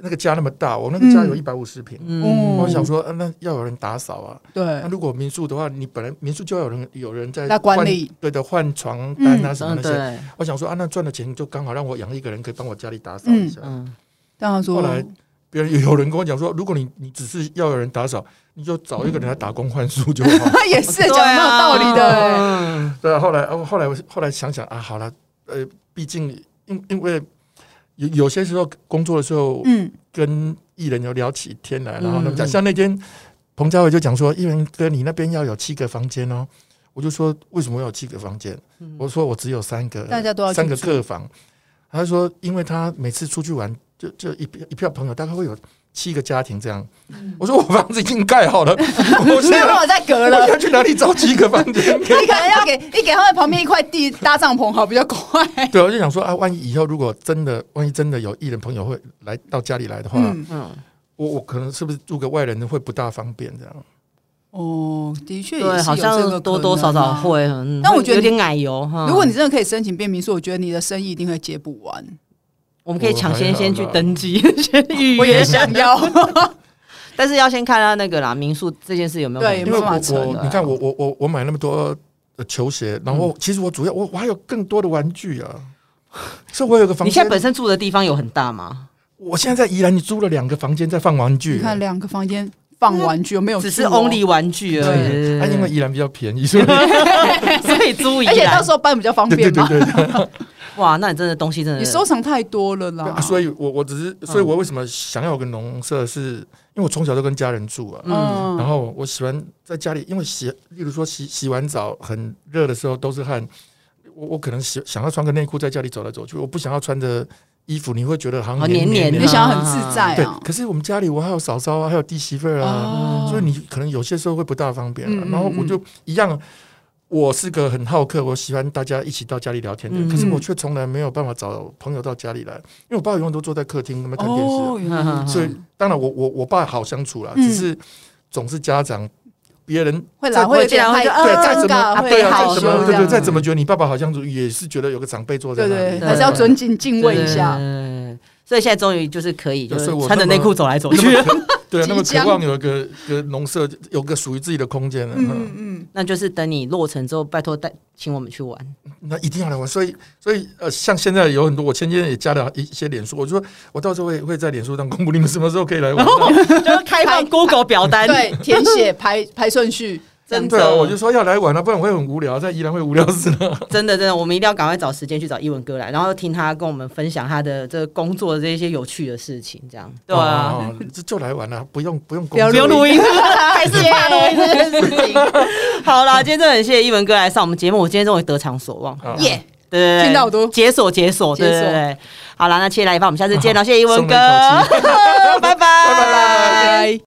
Speaker 3: 那个家那么大，我那个家有一百五十平。
Speaker 1: 嗯，
Speaker 2: 嗯
Speaker 3: 我想说，呃那要有人打扫啊。
Speaker 2: 对
Speaker 3: 那，如果民宿的话，你本来民宿就要有人有人在
Speaker 2: 在管
Speaker 3: 换
Speaker 2: 理，
Speaker 3: 对的，换床单啊什么
Speaker 1: 嗯，
Speaker 3: 那些。
Speaker 1: 对，
Speaker 3: 我想说啊，那赚的钱就刚好让我养一个人，可以帮我家里打扫一下。
Speaker 1: 嗯，
Speaker 2: 但他说
Speaker 3: 后来别人有人跟我讲说，如果你你只是要有人打扫，你就找一个人来打工换宿就 好。
Speaker 2: 他 也
Speaker 1: 啊
Speaker 2: 是讲得蛮有道理
Speaker 1: 对
Speaker 2: 的欸。
Speaker 1: 啊
Speaker 3: 对啊，后来啊后来我后来想想啊，好了，呃，毕竟因因为有有些时候工作的时候
Speaker 2: 嗯，
Speaker 3: 跟艺人有聊起天来，
Speaker 1: 嗯
Speaker 3: 然后他们讲，
Speaker 1: 嗯
Speaker 3: 像那天彭佳慧就讲说，艺人哥你那边要有七个房间哦。我就说为什么要有七个房间？我说我只有三个，
Speaker 2: 嗯大家都要去
Speaker 3: 三个
Speaker 2: 住
Speaker 3: 客房。他说，因为他每次出去玩，就就一票一票朋友，大概会有七个家庭这样。
Speaker 2: 嗯
Speaker 3: 我说我房子已经盖好 了，我现
Speaker 2: 没有办法
Speaker 3: 在
Speaker 2: 再隔
Speaker 3: 我
Speaker 2: 了。
Speaker 3: 要去哪里找七个房间？
Speaker 2: 你可能要给你给他们旁边一块地搭帐篷，好比较 快。
Speaker 3: 对，我就想说啊，万一以后如果真的，万一真的有艺人朋友会来到家里来的话，
Speaker 2: 嗯，
Speaker 1: 嗯，
Speaker 3: 我我可能是不是住个外人会不大方便这样？
Speaker 2: 哦，的确也是
Speaker 1: 对，
Speaker 2: 有
Speaker 1: 好
Speaker 2: 这个可能
Speaker 1: 像
Speaker 2: 啊
Speaker 1: 多多少少。会，啊嗯
Speaker 2: 但我觉得
Speaker 1: 有
Speaker 2: 你
Speaker 1: 点奶油哈。
Speaker 2: 如果你真的可以申请变民宿，我觉得你的生意一定会接不 完。
Speaker 1: 我们可以抢先
Speaker 3: 我还好
Speaker 1: 先去
Speaker 3: 啦
Speaker 1: 登记，先预
Speaker 2: 我
Speaker 1: 约
Speaker 2: 也，想要，
Speaker 1: 但是要先看他那个啦，民宿这件事有没有
Speaker 2: 对
Speaker 1: 可
Speaker 2: 有
Speaker 1: 能
Speaker 3: 因
Speaker 2: 没
Speaker 3: 为
Speaker 2: 有
Speaker 3: 我
Speaker 2: 办法啊成
Speaker 3: 我
Speaker 1: 的
Speaker 3: 你看我我我我买那么多的球鞋，然后其实我主要我我还有更多的玩具啊，所以我有个房
Speaker 1: 你现在
Speaker 3: 间，
Speaker 1: 本身住的地方有很大吗？
Speaker 3: 我现在在宜兰，你租了两个房间在放玩具。
Speaker 2: 你看两个房间放玩具，有没有
Speaker 1: 只是
Speaker 2: 住哦
Speaker 1: only 玩具而
Speaker 3: 对，
Speaker 1: 已，
Speaker 3: 啊，因为宜兰比较便宜，所以
Speaker 1: 所以租一
Speaker 2: 而且到时候搬比较方
Speaker 3: 对对
Speaker 2: 便
Speaker 3: 对
Speaker 2: 嘛。
Speaker 3: 对对。
Speaker 1: 哇，那你真的东西真的
Speaker 2: 你收藏太多了
Speaker 3: 对
Speaker 2: 啦
Speaker 3: 啊，所以我我只是，所以我为什么想要有个农舍是，因为我从小就跟家人住啊，
Speaker 1: 嗯
Speaker 3: 然后我喜欢在家里，因为洗，例如说洗洗完澡很热的时候都是汗，我我可能喜想要穿个内裤在家里走来走去，我不想要穿着衣服，你会觉得好
Speaker 1: 好
Speaker 3: 像
Speaker 1: 黏
Speaker 3: 黏
Speaker 1: 黏
Speaker 2: 你
Speaker 1: 的
Speaker 3: 的。
Speaker 2: 想要很自在
Speaker 3: 对
Speaker 2: 啊，。
Speaker 3: 可是我们家里我还有嫂嫂啊，还有弟媳妇儿
Speaker 2: 哦
Speaker 3: 啊，所以你可能有些时候会不大方便啊
Speaker 2: 嗯嗯。
Speaker 3: 然后我就一样，我是个很好客，我喜欢大家一起到家里聊天的
Speaker 1: 嗯，
Speaker 3: 可是我却从来没有办法找朋友到家里来，因为我爸永远都坐在客厅那边看电视啊。
Speaker 2: 哦，原来如此
Speaker 3: 所以当然我我我爸好相处啦，
Speaker 2: 嗯
Speaker 3: 只是总是家长别人
Speaker 2: 会
Speaker 3: 再
Speaker 2: 来会有
Speaker 1: 这
Speaker 2: 点
Speaker 1: 样
Speaker 2: 害
Speaker 1: 会
Speaker 2: 怕
Speaker 1: 觉
Speaker 3: 对
Speaker 1: 得
Speaker 3: 再
Speaker 2: 尴
Speaker 3: 怎
Speaker 2: 尬，
Speaker 3: 么
Speaker 1: 啊
Speaker 2: 会
Speaker 3: 对啊，
Speaker 2: 害
Speaker 1: 好
Speaker 2: 羞
Speaker 3: 再怎
Speaker 1: 羞
Speaker 3: 么
Speaker 1: 这
Speaker 3: 对
Speaker 1: 样
Speaker 3: 对，
Speaker 1: 子
Speaker 3: 再怎么觉得你爸爸好相处，也是觉得有个长辈坐在
Speaker 2: 对
Speaker 3: 那
Speaker 2: 对，
Speaker 3: 里，
Speaker 1: 对
Speaker 2: 还是要尊敬敬畏一下。
Speaker 1: 对所以现在终于就是可以，就是
Speaker 3: 所以我
Speaker 1: 穿着
Speaker 3: 那么
Speaker 1: 内裤走来走
Speaker 3: 那
Speaker 1: 去，
Speaker 3: 么渴对啊，那么
Speaker 2: 即将
Speaker 3: 渴望有一个一个农舍，有个属于自己的空间了。
Speaker 2: 嗯
Speaker 3: 嗯，
Speaker 2: 嗯
Speaker 1: 那就是等你落成之后，拜托带请我们去玩。
Speaker 3: 那一定要来玩。所以所以呃，像现在有很多，我前几天也加了一些脸书，我就说我到时候会会在脸书上公布你们什么时候可以 来玩。
Speaker 1: 就是开
Speaker 2: 放
Speaker 1: Google 表单
Speaker 2: 嗯，对，填写排排顺序，
Speaker 1: 真
Speaker 3: 对啊，
Speaker 1: 的，
Speaker 3: 我就说要来玩啊，不然我会很无聊，在宜兰会无聊死了。
Speaker 1: 真的真的，我们一定要赶快找时间去找一文哥来，然后听他跟我们分享他的这个工作的这些有趣的事情，这样对啊。
Speaker 3: 哦，哦哦就就来玩啊，不用不用工
Speaker 1: 不要
Speaker 3: 作
Speaker 1: 录音，
Speaker 4: 还是怕录音这件事情。
Speaker 1: 好啦，今天真的很谢谢一文哥来上我们节目，我今天终于得偿所望，
Speaker 3: 啊
Speaker 2: 耶！
Speaker 1: 对对对，
Speaker 2: 听到我都
Speaker 1: 解锁解锁，对对
Speaker 2: 解锁
Speaker 1: 对。 好啦，那谢谢来一发，我们下次见了，谢谢一文哥
Speaker 3: 松了一口气，
Speaker 1: 拜拜拜
Speaker 2: 拜。